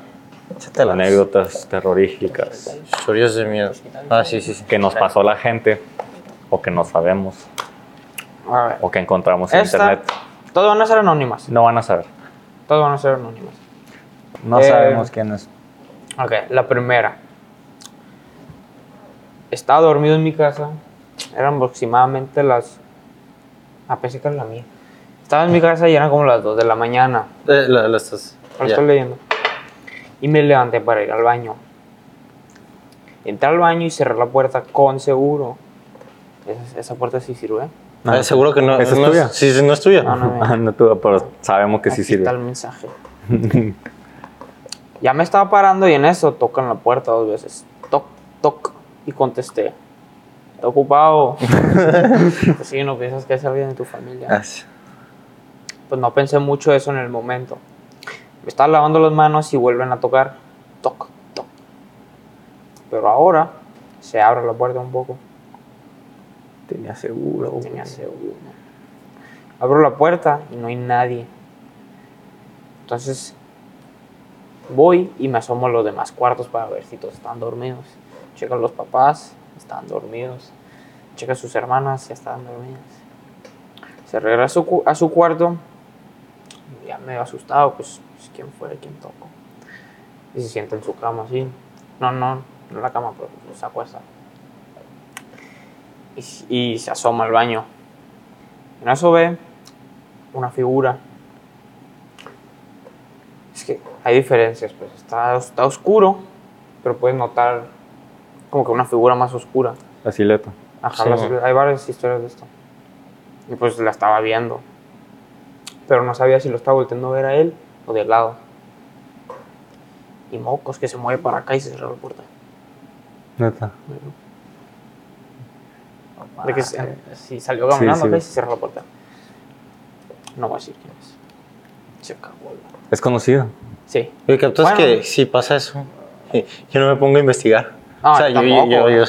[SPEAKER 2] Échatelas.
[SPEAKER 1] anécdotas terroríficas
[SPEAKER 2] Chorios de miedo. Ah, sí, sí, sí.
[SPEAKER 1] que nos pasó la gente o que no sabemos
[SPEAKER 3] A ver.
[SPEAKER 1] o que encontramos en
[SPEAKER 3] Esta,
[SPEAKER 1] internet.
[SPEAKER 3] todas van a ser anónimas.
[SPEAKER 1] No van a saber.
[SPEAKER 3] Todas van a ser anónimas.
[SPEAKER 1] No
[SPEAKER 3] Eh,
[SPEAKER 1] sabemos quién es.
[SPEAKER 3] Ok, la primera. Estaba dormido en mi casa. Eran aproximadamente las. Ah, pensé que era la mía. Estaba en mi casa y eran como las 2 de la mañana.
[SPEAKER 2] Eh, la- la estás-
[SPEAKER 3] Ahora
[SPEAKER 2] ya.
[SPEAKER 3] estoy leyendo. Y me levanté para ir al baño. Entré al baño y cerré la puerta con seguro. Esa, esa puerta sí sirve.
[SPEAKER 1] Ah,
[SPEAKER 2] Eh, seguro que no,
[SPEAKER 1] ¿esa es
[SPEAKER 2] no
[SPEAKER 1] tuya?
[SPEAKER 2] Sí, sí, no es tuya.
[SPEAKER 3] No, no, no.
[SPEAKER 1] Ah, no tuve, pero sabemos que
[SPEAKER 3] Aquí
[SPEAKER 1] sí sirve.
[SPEAKER 3] está el mensaje. ya me estaba parando y en eso tocan la puerta dos veces. Toc, toc. Y contesté. Está ocupado. pues sí, no piensas que es alguien de tu familia.
[SPEAKER 2] Ah, sí.
[SPEAKER 3] pues no pensé mucho eso en el momento. Me estaba lavando las manos y vuelven a tocar. Toc, toc. Pero ahora se abre la puerta un poco.
[SPEAKER 1] Tenía seguro.
[SPEAKER 3] Tenía seguro. Abro la puerta y no hay nadie. Entonces voy y me asomo a los demás cuartos para ver si todos están dormidos. Checo a los papás, están dormidos. checa a sus hermanas, ya estaban dormidas. Se regresa a su, cu- a su cuarto, ya medio asustado, pues, pues, quién fue, quién tocó. Y se sienta en su cama así. No, no, no en la cama, pero pues, se acuesta. Y, s- y se asoma al baño. En eso ve una figura. Es que hay diferencias, pues está, está oscuro, pero puedes notar como que una figura más oscura.
[SPEAKER 1] La silueta.
[SPEAKER 3] Ajá,
[SPEAKER 2] Sí,
[SPEAKER 3] las-
[SPEAKER 2] güey.
[SPEAKER 3] hay varias historias de esto. Y pues la estaba viendo. Pero no sabía si lo estaba volteando a ver a él o de lado. Y mocos que se mueve para acá y se cierra la puerta.
[SPEAKER 1] Neta.
[SPEAKER 3] De que se- si eh, salió caminando
[SPEAKER 1] Sí, sí.
[SPEAKER 3] acá y se cierra la puerta. No voy a decir quién es. Se acabó la-
[SPEAKER 1] Es conocido.
[SPEAKER 3] Sí.
[SPEAKER 2] Lo que capto es
[SPEAKER 3] Bueno.
[SPEAKER 2] que si pasa eso, eh, yo no me pongo a investigar.
[SPEAKER 3] Ah,
[SPEAKER 2] o sea, yo, yo,
[SPEAKER 3] tampoco,
[SPEAKER 2] yo-
[SPEAKER 3] güey.
[SPEAKER 2] yo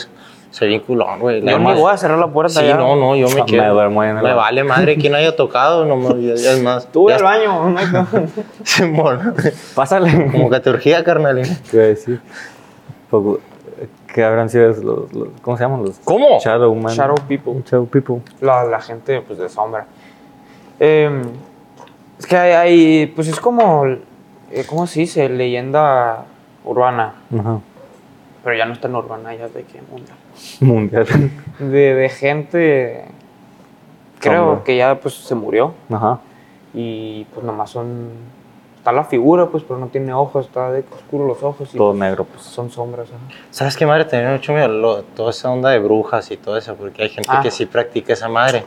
[SPEAKER 2] soy bien culón, güey. la
[SPEAKER 3] Yo ni
[SPEAKER 2] neta.
[SPEAKER 3] voy a cerrar la puerta
[SPEAKER 2] Sí,
[SPEAKER 3] ya.
[SPEAKER 2] no, no, yo me
[SPEAKER 1] Ah, Me
[SPEAKER 2] quedo.
[SPEAKER 1] duermo en el
[SPEAKER 2] Me
[SPEAKER 1] baño.
[SPEAKER 2] vale madre que no haya tocado, no me ya- ya es más.
[SPEAKER 3] Tú ve
[SPEAKER 2] ya
[SPEAKER 3] al
[SPEAKER 2] está.
[SPEAKER 3] baño. no hay pedo.
[SPEAKER 2] Simón,
[SPEAKER 1] Pásale.
[SPEAKER 2] como que te urgía, carnal. ¿eh?
[SPEAKER 1] Te iba a decir. Poco- Pues, ¿Qué habrán sido los, los- ¿Cómo se llaman los?
[SPEAKER 2] ¿Cómo?
[SPEAKER 1] Shadow Man.
[SPEAKER 3] Shadow people.
[SPEAKER 1] Shadow People.
[SPEAKER 3] La, la gente pues de sombra. Eh, es que hay, hay- pues es como, eh, ¿cómo se dice? Leyenda urbana.
[SPEAKER 1] Ajá.
[SPEAKER 3] Pero ya no es tan urbana, ya es de qué mundo.
[SPEAKER 1] Mundial.
[SPEAKER 3] De, de gente, creo
[SPEAKER 1] Sombra.
[SPEAKER 3] que ya pues se murió.
[SPEAKER 1] Ajá.
[SPEAKER 3] Y pues nomás son, está la figura pues, pero no tiene ojos, está de oscuro los ojos y
[SPEAKER 1] Todo negro, pues.
[SPEAKER 3] son sombras. ajá.
[SPEAKER 2] ¿Sabes qué madre? Tener mucho miedo lo- toda esa onda de brujas y todo eso, porque hay gente
[SPEAKER 3] Ah.
[SPEAKER 2] que sí practica esa madre.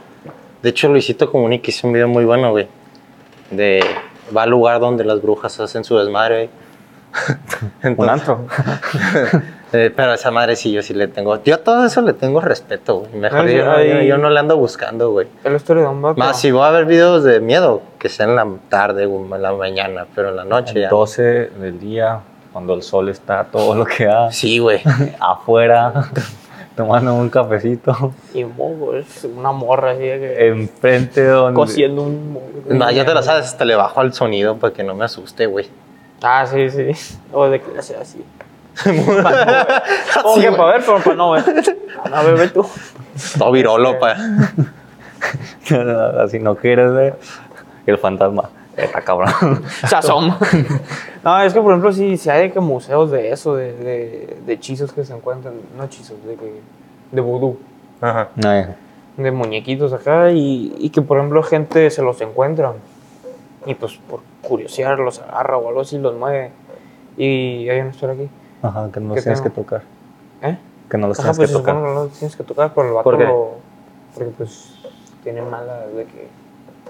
[SPEAKER 2] De hecho, Luisito Comunica hizo un video muy bueno, güey. De va al lugar donde las brujas hacen su desmadre, güey.
[SPEAKER 1] Un
[SPEAKER 2] Entonces-
[SPEAKER 1] antro.
[SPEAKER 2] Eh, pero a esa madre sí, yo sí le tengo. Yo a todo eso le tengo respeto, güey. Mejor
[SPEAKER 3] Ah, sí,
[SPEAKER 2] yo, no- yo-
[SPEAKER 3] ahí-
[SPEAKER 2] yo no le ando buscando, güey.
[SPEAKER 3] Es la historia de un vato.
[SPEAKER 2] Más si voy a ver videos de miedo, que sea en la tarde o en la mañana, pero en la noche ya.
[SPEAKER 1] 12 del día, cuando el sol está todo lo que da.
[SPEAKER 2] Sí, güey.
[SPEAKER 1] Afuera, tomando un cafecito.
[SPEAKER 3] Y mogo, es una morra así de que...
[SPEAKER 1] Enfrente donde.
[SPEAKER 3] cosiendo un mogo.
[SPEAKER 2] No, Eh, ya te la sabes, hasta le bajo al sonido para que no me asuste, güey.
[SPEAKER 3] Ah, sí, sí. O de que sea así. Como
[SPEAKER 2] Sí,
[SPEAKER 3] que
[SPEAKER 2] güey.
[SPEAKER 3] para ver, pero para no ver. A ver, ve tú.
[SPEAKER 2] Todo virolo, pa.
[SPEAKER 1] Así no quieres ver. El fantasma. Está cabrón.
[SPEAKER 3] Se asoma. No, es que por ejemplo, si, si hay de que museos de eso, de, de, de hechizos que se encuentran, no hechizos, de, que- de vudú,
[SPEAKER 2] Ajá.
[SPEAKER 1] Ay,
[SPEAKER 3] de muñequitos acá, y, y que por ejemplo gente se los encuentra. Y pues por curiosidad los agarra o algo así, los mueve. Y hay una historia aquí.
[SPEAKER 1] Ajá, que no
[SPEAKER 3] ¿Qué
[SPEAKER 1] los tienes
[SPEAKER 3] tengo?
[SPEAKER 1] que tocar.
[SPEAKER 3] ¿Eh?
[SPEAKER 1] Que no los
[SPEAKER 3] Ajá,
[SPEAKER 1] tienes
[SPEAKER 3] pues
[SPEAKER 1] que
[SPEAKER 3] se
[SPEAKER 1] tocar.
[SPEAKER 3] supone que no los tienes que tocar, pero el vato
[SPEAKER 2] ¿Por qué?
[SPEAKER 3] lo- Porque pues tiene malas de que...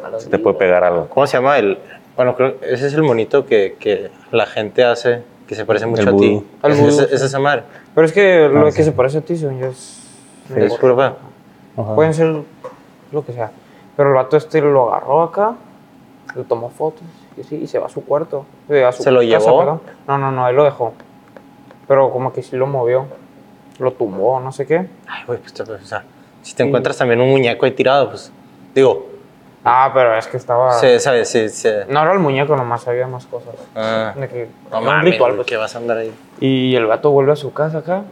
[SPEAKER 3] malas
[SPEAKER 1] Se te puede
[SPEAKER 3] vibras.
[SPEAKER 1] pegar algo.
[SPEAKER 2] ¿Cómo se llama el...? Bueno, creo que ese es el monito que, que la gente hace, que se parece mucho
[SPEAKER 1] El
[SPEAKER 2] a ti.
[SPEAKER 1] vudú.
[SPEAKER 3] El
[SPEAKER 2] Es,
[SPEAKER 3] vudú,
[SPEAKER 2] es-
[SPEAKER 3] sí.
[SPEAKER 2] es esa madre.
[SPEAKER 3] Pero es que lo
[SPEAKER 1] Ah,
[SPEAKER 3] que
[SPEAKER 1] sí.
[SPEAKER 3] se parece a ti, según yo, es.
[SPEAKER 2] Es puro pedo.
[SPEAKER 1] Ajá.
[SPEAKER 3] Pueden ser lo que sea. Pero el vato este lo agarró acá, le tomó fotos y, así, y se va a su cuarto. eh, a su
[SPEAKER 2] ¿Se lo llevó?
[SPEAKER 3] perdón. No, no, no, él lo dejó. Pero como que sí lo movió. Lo tumbó, no sé qué.
[SPEAKER 2] Ay, güey, pues, o sea, si te encuentras también un muñeco ahí tirado, pues, digo,
[SPEAKER 3] Ah, pero es que estaba.
[SPEAKER 2] se, ¿sabes? Se, se-
[SPEAKER 3] No era el muñeco nomás, había más cosas.
[SPEAKER 2] ah,
[SPEAKER 3] De que-
[SPEAKER 2] no
[SPEAKER 3] era un
[SPEAKER 2] mames,
[SPEAKER 3] ritual,
[SPEAKER 2] güey,
[SPEAKER 3] pues.
[SPEAKER 2] que vas a andar ahí.
[SPEAKER 3] Y el vato vuelve a su casa acá.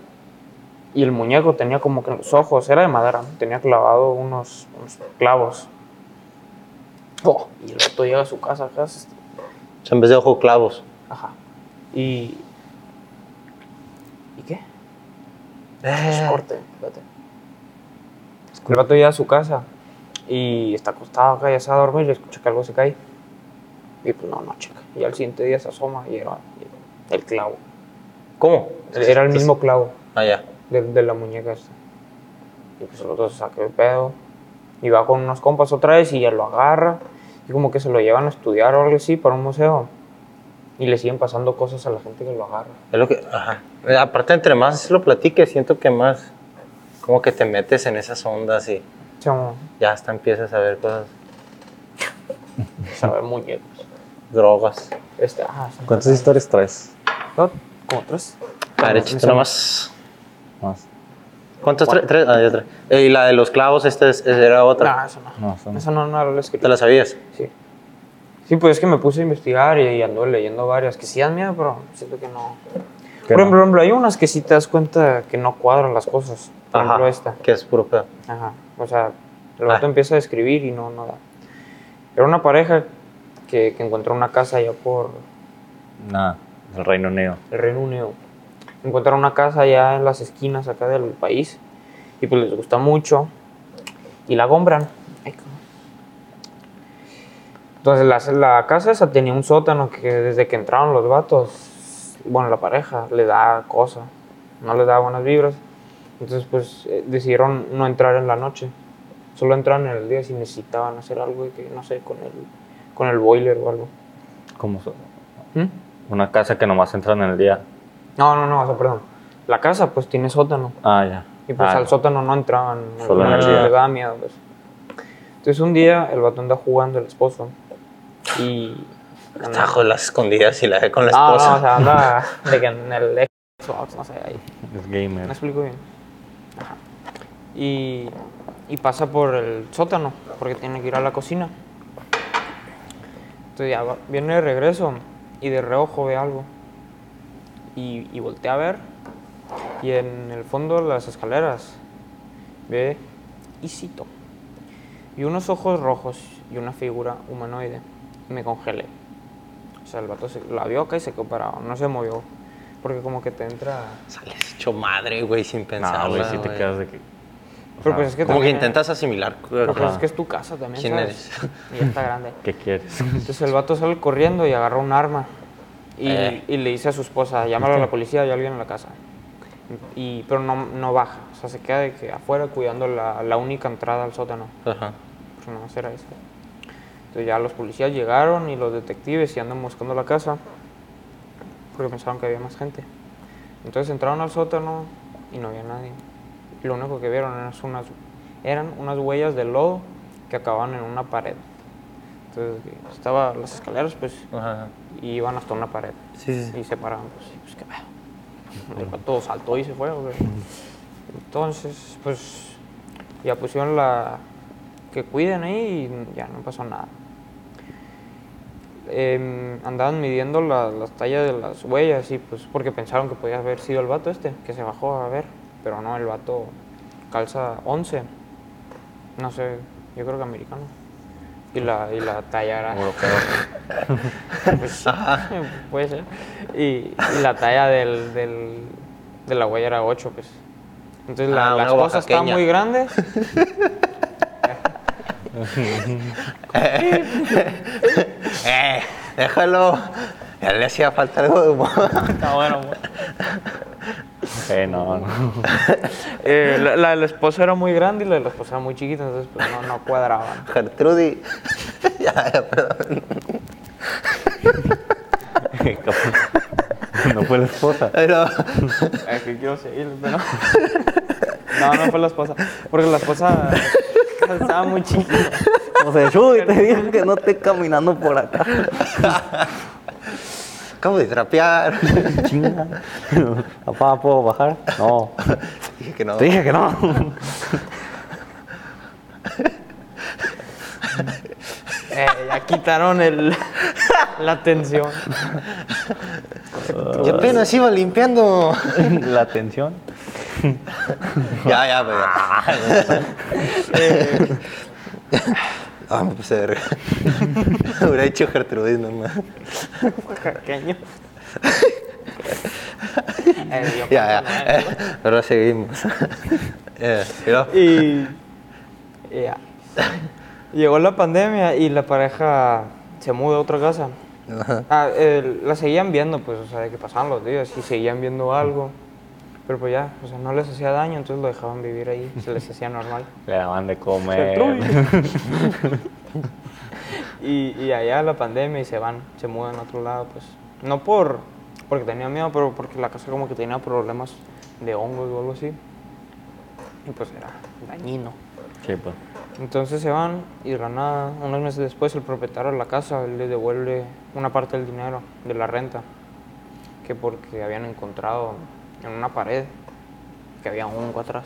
[SPEAKER 3] Y el muñeco tenía como que los ojos, era de madera, tenía clavado unos, unos clavos. Oh, y el vato llega a su casa acá. se-
[SPEAKER 2] O sea, en vez de ojo clavos.
[SPEAKER 3] Ajá. Y. ¿Y qué?
[SPEAKER 2] Eh,
[SPEAKER 3] Corte, espérate. El vato llega a su casa y está acostado acá, ya se va a dormir, y escucha que algo se cae. Y pues no, no checa. Y al siguiente día se asoma y era el clavo.
[SPEAKER 2] ¿Cómo?
[SPEAKER 3] Era el mismo clavo.
[SPEAKER 2] Ah, ya.
[SPEAKER 3] de, de la muñeca esta. Y pues el otro se saca el pedo. Y va con unos compas otra vez y ya lo agarra. Y como que se lo llevan a estudiar o algo así para un museo. Y le siguen pasando cosas a la gente que lo agarra.
[SPEAKER 2] Es lo que, ajá. Eh, Aparte, entre más lo platiques, siento que más como que te metes en esas ondas y
[SPEAKER 3] Chamo,
[SPEAKER 2] ya hasta empiezas a ver cosas,
[SPEAKER 3] saber muñecos.
[SPEAKER 2] drogas.
[SPEAKER 3] Este, ajá, sí.
[SPEAKER 1] ¿Cuántas historias traes?
[SPEAKER 3] ¿No? ¿Como tres?
[SPEAKER 2] A ver, échate nomás.
[SPEAKER 1] Más.
[SPEAKER 2] ¿Cuántos? Tres. tres? Ah, ya tres. Eh, y la de los clavos, esta es- era otra.
[SPEAKER 3] No, eso no.
[SPEAKER 1] No, son-
[SPEAKER 3] Eso no, no era lo
[SPEAKER 2] ¿Te
[SPEAKER 3] escrito.
[SPEAKER 2] la sabías?
[SPEAKER 3] Sí. Sí, pues es que me puse a investigar y, y ando leyendo varias que sí dan miedo, pero siento que no. Por ejemplo, por ejemplo, hay unas que sí te das cuenta que no cuadran las cosas. Por ejemplo, esta.
[SPEAKER 2] Que es puro pedo.
[SPEAKER 3] Ajá. O sea, el vato empieza a escribir y no, no da. Era una pareja que, que encontró una casa allá por
[SPEAKER 1] Nada, el Reino Unido.
[SPEAKER 3] el Reino Unido. Encontraron una casa allá en las esquinas acá del país. Y pues les gusta mucho. Y la compran. Ay, cabrón. Entonces la, la casa esa tenía un sótano que desde que entraron los vatos, bueno, la pareja le da cosa. No le da buenas vibras. Entonces pues eh, decidieron no entrar en la noche. Solo entraron en el día si necesitaban hacer algo, de que, no sé, con el, con el boiler o algo.
[SPEAKER 1] Como so-
[SPEAKER 3] ¿Mm?
[SPEAKER 1] una casa que nomás entran en el día.
[SPEAKER 3] No, no, no, o sea, perdón. La casa pues tiene sótano.
[SPEAKER 1] Ah, ya.
[SPEAKER 3] Y pues
[SPEAKER 1] Ah,
[SPEAKER 3] al sótano no entraban.
[SPEAKER 1] Solo
[SPEAKER 3] no,
[SPEAKER 1] en el día.
[SPEAKER 3] Le daba miedo. pues. Entonces un día el vato anda jugando el esposo. Y.
[SPEAKER 2] Tajo las escondidas y la dejé con la
[SPEAKER 3] Ah,
[SPEAKER 2] esposa.
[SPEAKER 3] no, o sea, anda de que en el Xbox, no sé, ahí.
[SPEAKER 1] Es
[SPEAKER 3] ¿Me
[SPEAKER 1] gamer.
[SPEAKER 3] explico bien? Ajá. Y, y pasa por el sótano, porque tiene que ir a la cocina. Entonces ya va- viene de regreso y de reojo ve algo. Y, y voltea a ver. Y en el fondo de las escaleras ve, y cito, y unos ojos rojos y una figura humanoide. Me congelé. O sea, el vato se- la vio acá y se quedó parado, no se movió. Porque como que te entra...
[SPEAKER 2] Sales hecho madre, güey, sin pensar.
[SPEAKER 1] No, güey, si te quedas de que.
[SPEAKER 3] Pero pues es que
[SPEAKER 2] Como que
[SPEAKER 3] también-
[SPEAKER 2] intentas asimilar.
[SPEAKER 3] Pero pues
[SPEAKER 1] Ajá.
[SPEAKER 3] es que es tu casa también.
[SPEAKER 2] ¿Quién
[SPEAKER 3] ¿sabes? Y ya está grande.
[SPEAKER 1] ¿Qué quieres?
[SPEAKER 3] Entonces el vato sale corriendo y agarra un arma. Y,
[SPEAKER 2] Eh.
[SPEAKER 3] y le dice a su esposa, llámalo a la policía, hay alguien en la casa. Y, pero no, no baja, o sea, se queda de que afuera cuidando la, la única entrada al sótano.
[SPEAKER 2] Ajá.
[SPEAKER 3] Pues no, será eso. Entonces ya los policías llegaron y los detectives y andan buscando la casa porque pensaron que había más gente. Entonces entraron al sótano y no había nadie. Y lo único que vieron eran unas, eran unas huellas de lodo que acababan en una pared. Entonces estaban las escaleras pues
[SPEAKER 2] Ajá.
[SPEAKER 3] y iban hasta una pared
[SPEAKER 2] Sí, sí, sí.
[SPEAKER 3] y se paraban. Pues, y, pues qué pedo. El vato saltó y se fue. güey. Entonces, pues ya pusieron la. que cuiden ahí y ya no pasó nada. Em, andaban midiendo la- las tallas de las huellas y pues porque pensaron que podía haber sido el vato este que se bajó a ver, pero no, el vato calza 11. No sé, yo creo que americano. Y la, y la talla era. Pues sí, puede ser. Y, y la talla del, del, de la huella era 8, pues. Entonces la-
[SPEAKER 2] Ah, una
[SPEAKER 3] las cosas están
[SPEAKER 2] oaxaqueña.
[SPEAKER 3] muy grandes.
[SPEAKER 2] Eh, déjalo. Ya le hacía falta algo de humor.
[SPEAKER 3] Está bueno,
[SPEAKER 1] Eh, no, no.
[SPEAKER 3] la, Eh, la del esposo era muy grande y la de la esposa era muy chiquita, entonces pues, no, no cuadraban.
[SPEAKER 2] Gertrudis. ya, ya, perdón.
[SPEAKER 1] No fue la esposa.
[SPEAKER 2] Pero,
[SPEAKER 3] Es que quiero seguir, pero. No, no fue la esposa. Porque la esposa estaba muy chiquita.
[SPEAKER 1] José Chuy, te dije que no estés caminando por acá.
[SPEAKER 2] acabo de trapear.
[SPEAKER 1] Chinga. Papá, ¿puedo bajar? No.
[SPEAKER 2] Dije que no.
[SPEAKER 1] Te dije que no.
[SPEAKER 3] Eh, ya quitaron el, la tensión.
[SPEAKER 2] Y apenas iba limpiando.
[SPEAKER 1] La atención.
[SPEAKER 2] ya, ya, perdón.
[SPEAKER 1] Eh.
[SPEAKER 2] ah, me puse de verga. Hubiera hecho Gertrudis nomás.
[SPEAKER 3] Oaxaqueño. Eh, yo-
[SPEAKER 2] Ya, ya. Eh, ahora seguimos. Eh, mira.
[SPEAKER 3] Y ya. Llegó la pandemia y la pareja se mudó a otra casa.
[SPEAKER 2] Ajá.
[SPEAKER 3] Ah, eh, la seguían viendo, pues, o sea, de que pasaban los días y seguían viendo algo. Pero pues ya, o sea, no les hacía daño, entonces lo dejaban vivir ahí, se les hacía normal.
[SPEAKER 1] Le daban de comer.
[SPEAKER 3] y, y allá la pandemia y se van, se mudan a otro lado, pues. No por porque tenía miedo, pero porque la casa como que tenía problemas de hongos o algo así. Y pues era dañino.
[SPEAKER 1] Sí, pues.
[SPEAKER 3] Entonces se van y de la nada, unos meses después, el propietario de la casa le devuelve una parte del dinero de la renta, que porque habían encontrado en una pared que había hongo atrás,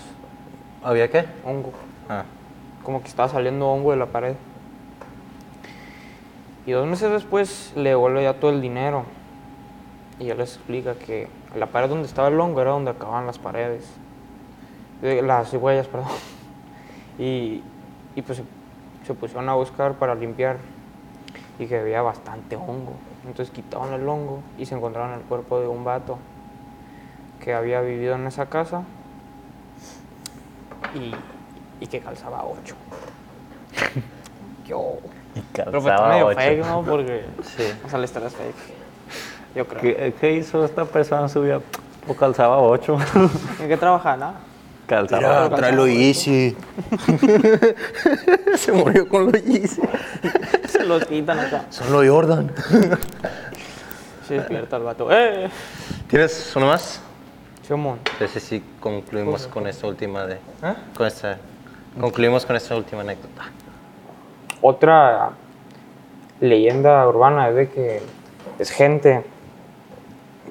[SPEAKER 2] ¿Había qué?
[SPEAKER 3] hongo,
[SPEAKER 2] Ah.
[SPEAKER 3] como que estaba saliendo hongo de la pared. Y dos meses después le devuelve ya todo el dinero. Y él les explica que la pared donde estaba el hongo era donde acababan las paredes. Eh, Las huellas, perdón. Y, y pues se, se pusieron a buscar para limpiar y que había bastante hongo. Entonces quitaron el hongo y se encontraron el cuerpo de un vato que había vivido en esa casa y, y que calzaba 8. Yo.
[SPEAKER 1] Y
[SPEAKER 3] Pero pues está
[SPEAKER 1] calzaba
[SPEAKER 3] medio
[SPEAKER 1] ocho.
[SPEAKER 3] fake, ¿no? Porque.
[SPEAKER 2] Sí.
[SPEAKER 3] O sea, la historia es fake. Yo creo.
[SPEAKER 1] ¿Qué, qué hizo esta persona en su vida? Pues calzaba 8.
[SPEAKER 3] ¿En qué trabaja? Nada.
[SPEAKER 1] calzaba ocho.
[SPEAKER 2] trae lo Easy. Se murió con lo Easy.
[SPEAKER 3] Se lo quitan acá.
[SPEAKER 2] Son los Jordan.
[SPEAKER 3] Se despierta el vato. ¡Eh!
[SPEAKER 2] ¿Tienes uno más?
[SPEAKER 3] Chumón.
[SPEAKER 2] Entonces sí concluimos con esta última de...
[SPEAKER 3] ¿Eh?
[SPEAKER 2] Con esta... Concluimos con esta última anécdota.
[SPEAKER 3] Otra leyenda urbana es de que es gente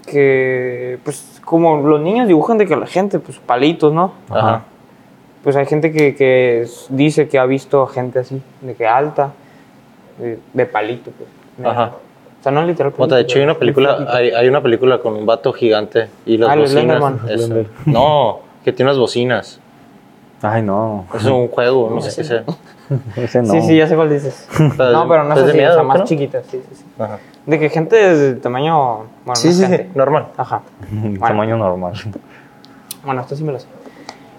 [SPEAKER 3] que, pues, como los niños dibujan de que la gente, pues, palitos, ¿no?
[SPEAKER 2] Ajá.
[SPEAKER 3] Pues hay gente que, que es- dice que ha visto gente así, de que alta, de, de palito, pues. mira.
[SPEAKER 2] Ajá.
[SPEAKER 3] O sea, no literal.
[SPEAKER 2] Bueno, de hecho hay una película, hay, hay una película con un vato gigante y las
[SPEAKER 3] Ah, el
[SPEAKER 2] bocinas.
[SPEAKER 3] Slenderman.
[SPEAKER 2] eso. No, que tiene unas bocinas.
[SPEAKER 1] Ay, no.
[SPEAKER 2] Es un juego, no sé qué sea.
[SPEAKER 1] Ese no.
[SPEAKER 3] Sí, sí, ya sé cuál dices.
[SPEAKER 2] Pero-
[SPEAKER 3] no, pero no
[SPEAKER 2] pero es
[SPEAKER 3] sé
[SPEAKER 2] de
[SPEAKER 3] si, o sea,
[SPEAKER 2] miedo,
[SPEAKER 3] más
[SPEAKER 2] ¿no?
[SPEAKER 3] chiquita, sí, sí, sí.
[SPEAKER 2] Ajá.
[SPEAKER 3] De que gente de tamaño. Bueno,
[SPEAKER 2] Sí,
[SPEAKER 3] no es
[SPEAKER 2] sí, sí,
[SPEAKER 3] gente.
[SPEAKER 2] Ah, normal.
[SPEAKER 3] Ajá.
[SPEAKER 1] Un
[SPEAKER 3] Bueno.
[SPEAKER 1] Tamaño normal.
[SPEAKER 3] Bueno, esto sí me lo sé.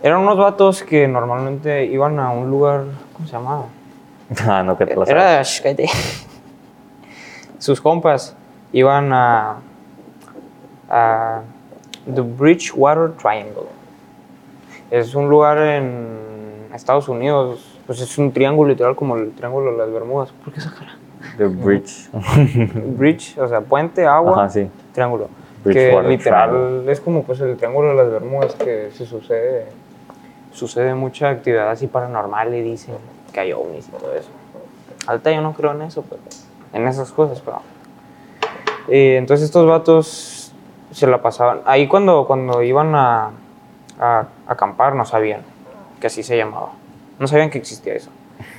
[SPEAKER 3] Eran unos vatos que normalmente iban a un lugar. ¿Cómo se llamaba?
[SPEAKER 1] Ah, no, que te lo sabes.
[SPEAKER 3] Era. sh, cállate. Sus compas iban a. a. The Bridgewater Triangle. Es un lugar en Estados Unidos. Pues es un triángulo literal como el triángulo de las Bermudas. ¿Por qué esa cara?
[SPEAKER 1] The Bridge.
[SPEAKER 3] Bridge, o sea, puente, agua.
[SPEAKER 1] Ajá, sí.
[SPEAKER 3] triángulo. Que
[SPEAKER 1] Bridgewater
[SPEAKER 3] literal es como pues el triángulo de las Bermudas que se sucede, sucede mucha actividad así paranormal y dicen que hay ovnis y todo eso. Alta yo no creo en eso, pero en esas cosas, pero. Y entonces estos vatos se la pasaban. Ahí cuando, cuando iban a, a acampar no sabían que así se llamaba. No sabían que existía eso.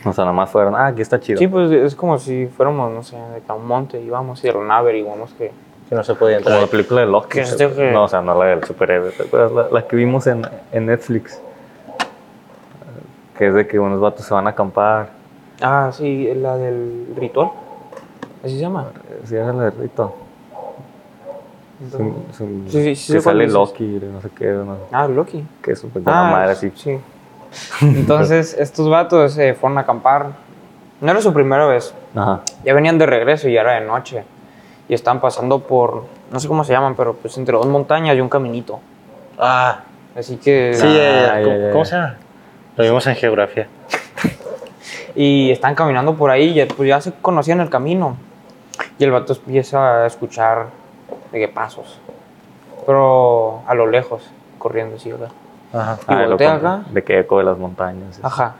[SPEAKER 1] O sea, nomás fueron, ah, aquí está chido.
[SPEAKER 3] Sí, pues es como si fuéramos, no sé, de que a un monte íbamos y de la nave averiguamos que
[SPEAKER 2] Que no se podía
[SPEAKER 1] Como
[SPEAKER 2] entrar.
[SPEAKER 1] la película de Loki.
[SPEAKER 3] Que es de que-
[SPEAKER 1] No, o sea, no la del superhéroe. ¿Te acuerdas? La, la que vimos en, en Netflix. Que es de que unos vatos se van a acampar.
[SPEAKER 3] Ah, sí, la del ritual. ¿Así se llama?
[SPEAKER 1] Sí, es el rito.
[SPEAKER 3] Entonces-
[SPEAKER 1] Sí,
[SPEAKER 3] Sí, sí, sí sé
[SPEAKER 1] que
[SPEAKER 3] cuál
[SPEAKER 1] sale
[SPEAKER 3] dices.
[SPEAKER 1] Loki, no sé qué, no,
[SPEAKER 3] Ah, Loki. Ah,
[SPEAKER 1] que es una madre así.
[SPEAKER 3] Sí. Entonces, estos vatos se fueron a acampar. No era su primera vez.
[SPEAKER 1] Ajá.
[SPEAKER 3] Ya venían de regreso y ya era de noche. Y estaban pasando por, no sé cómo se llaman, pero pues entre dos montañas y un caminito.
[SPEAKER 2] Ah,
[SPEAKER 3] Así que...
[SPEAKER 2] sí, ya, ya,
[SPEAKER 1] ya,
[SPEAKER 2] ¿Cómo,
[SPEAKER 1] ya,
[SPEAKER 2] cómo
[SPEAKER 1] ya.
[SPEAKER 2] se llama? Lo vimos en geografía.
[SPEAKER 3] Y están caminando por ahí, ya, pues ya se conocían el camino. Y el vato empieza a escuchar de qué pasos. Pero a lo lejos, corriendo así, ¿verdad?
[SPEAKER 2] Ajá.
[SPEAKER 3] Y
[SPEAKER 1] lo
[SPEAKER 3] voltea
[SPEAKER 1] con-
[SPEAKER 3] acá.
[SPEAKER 1] De que eco de las montañas.
[SPEAKER 3] Ajá.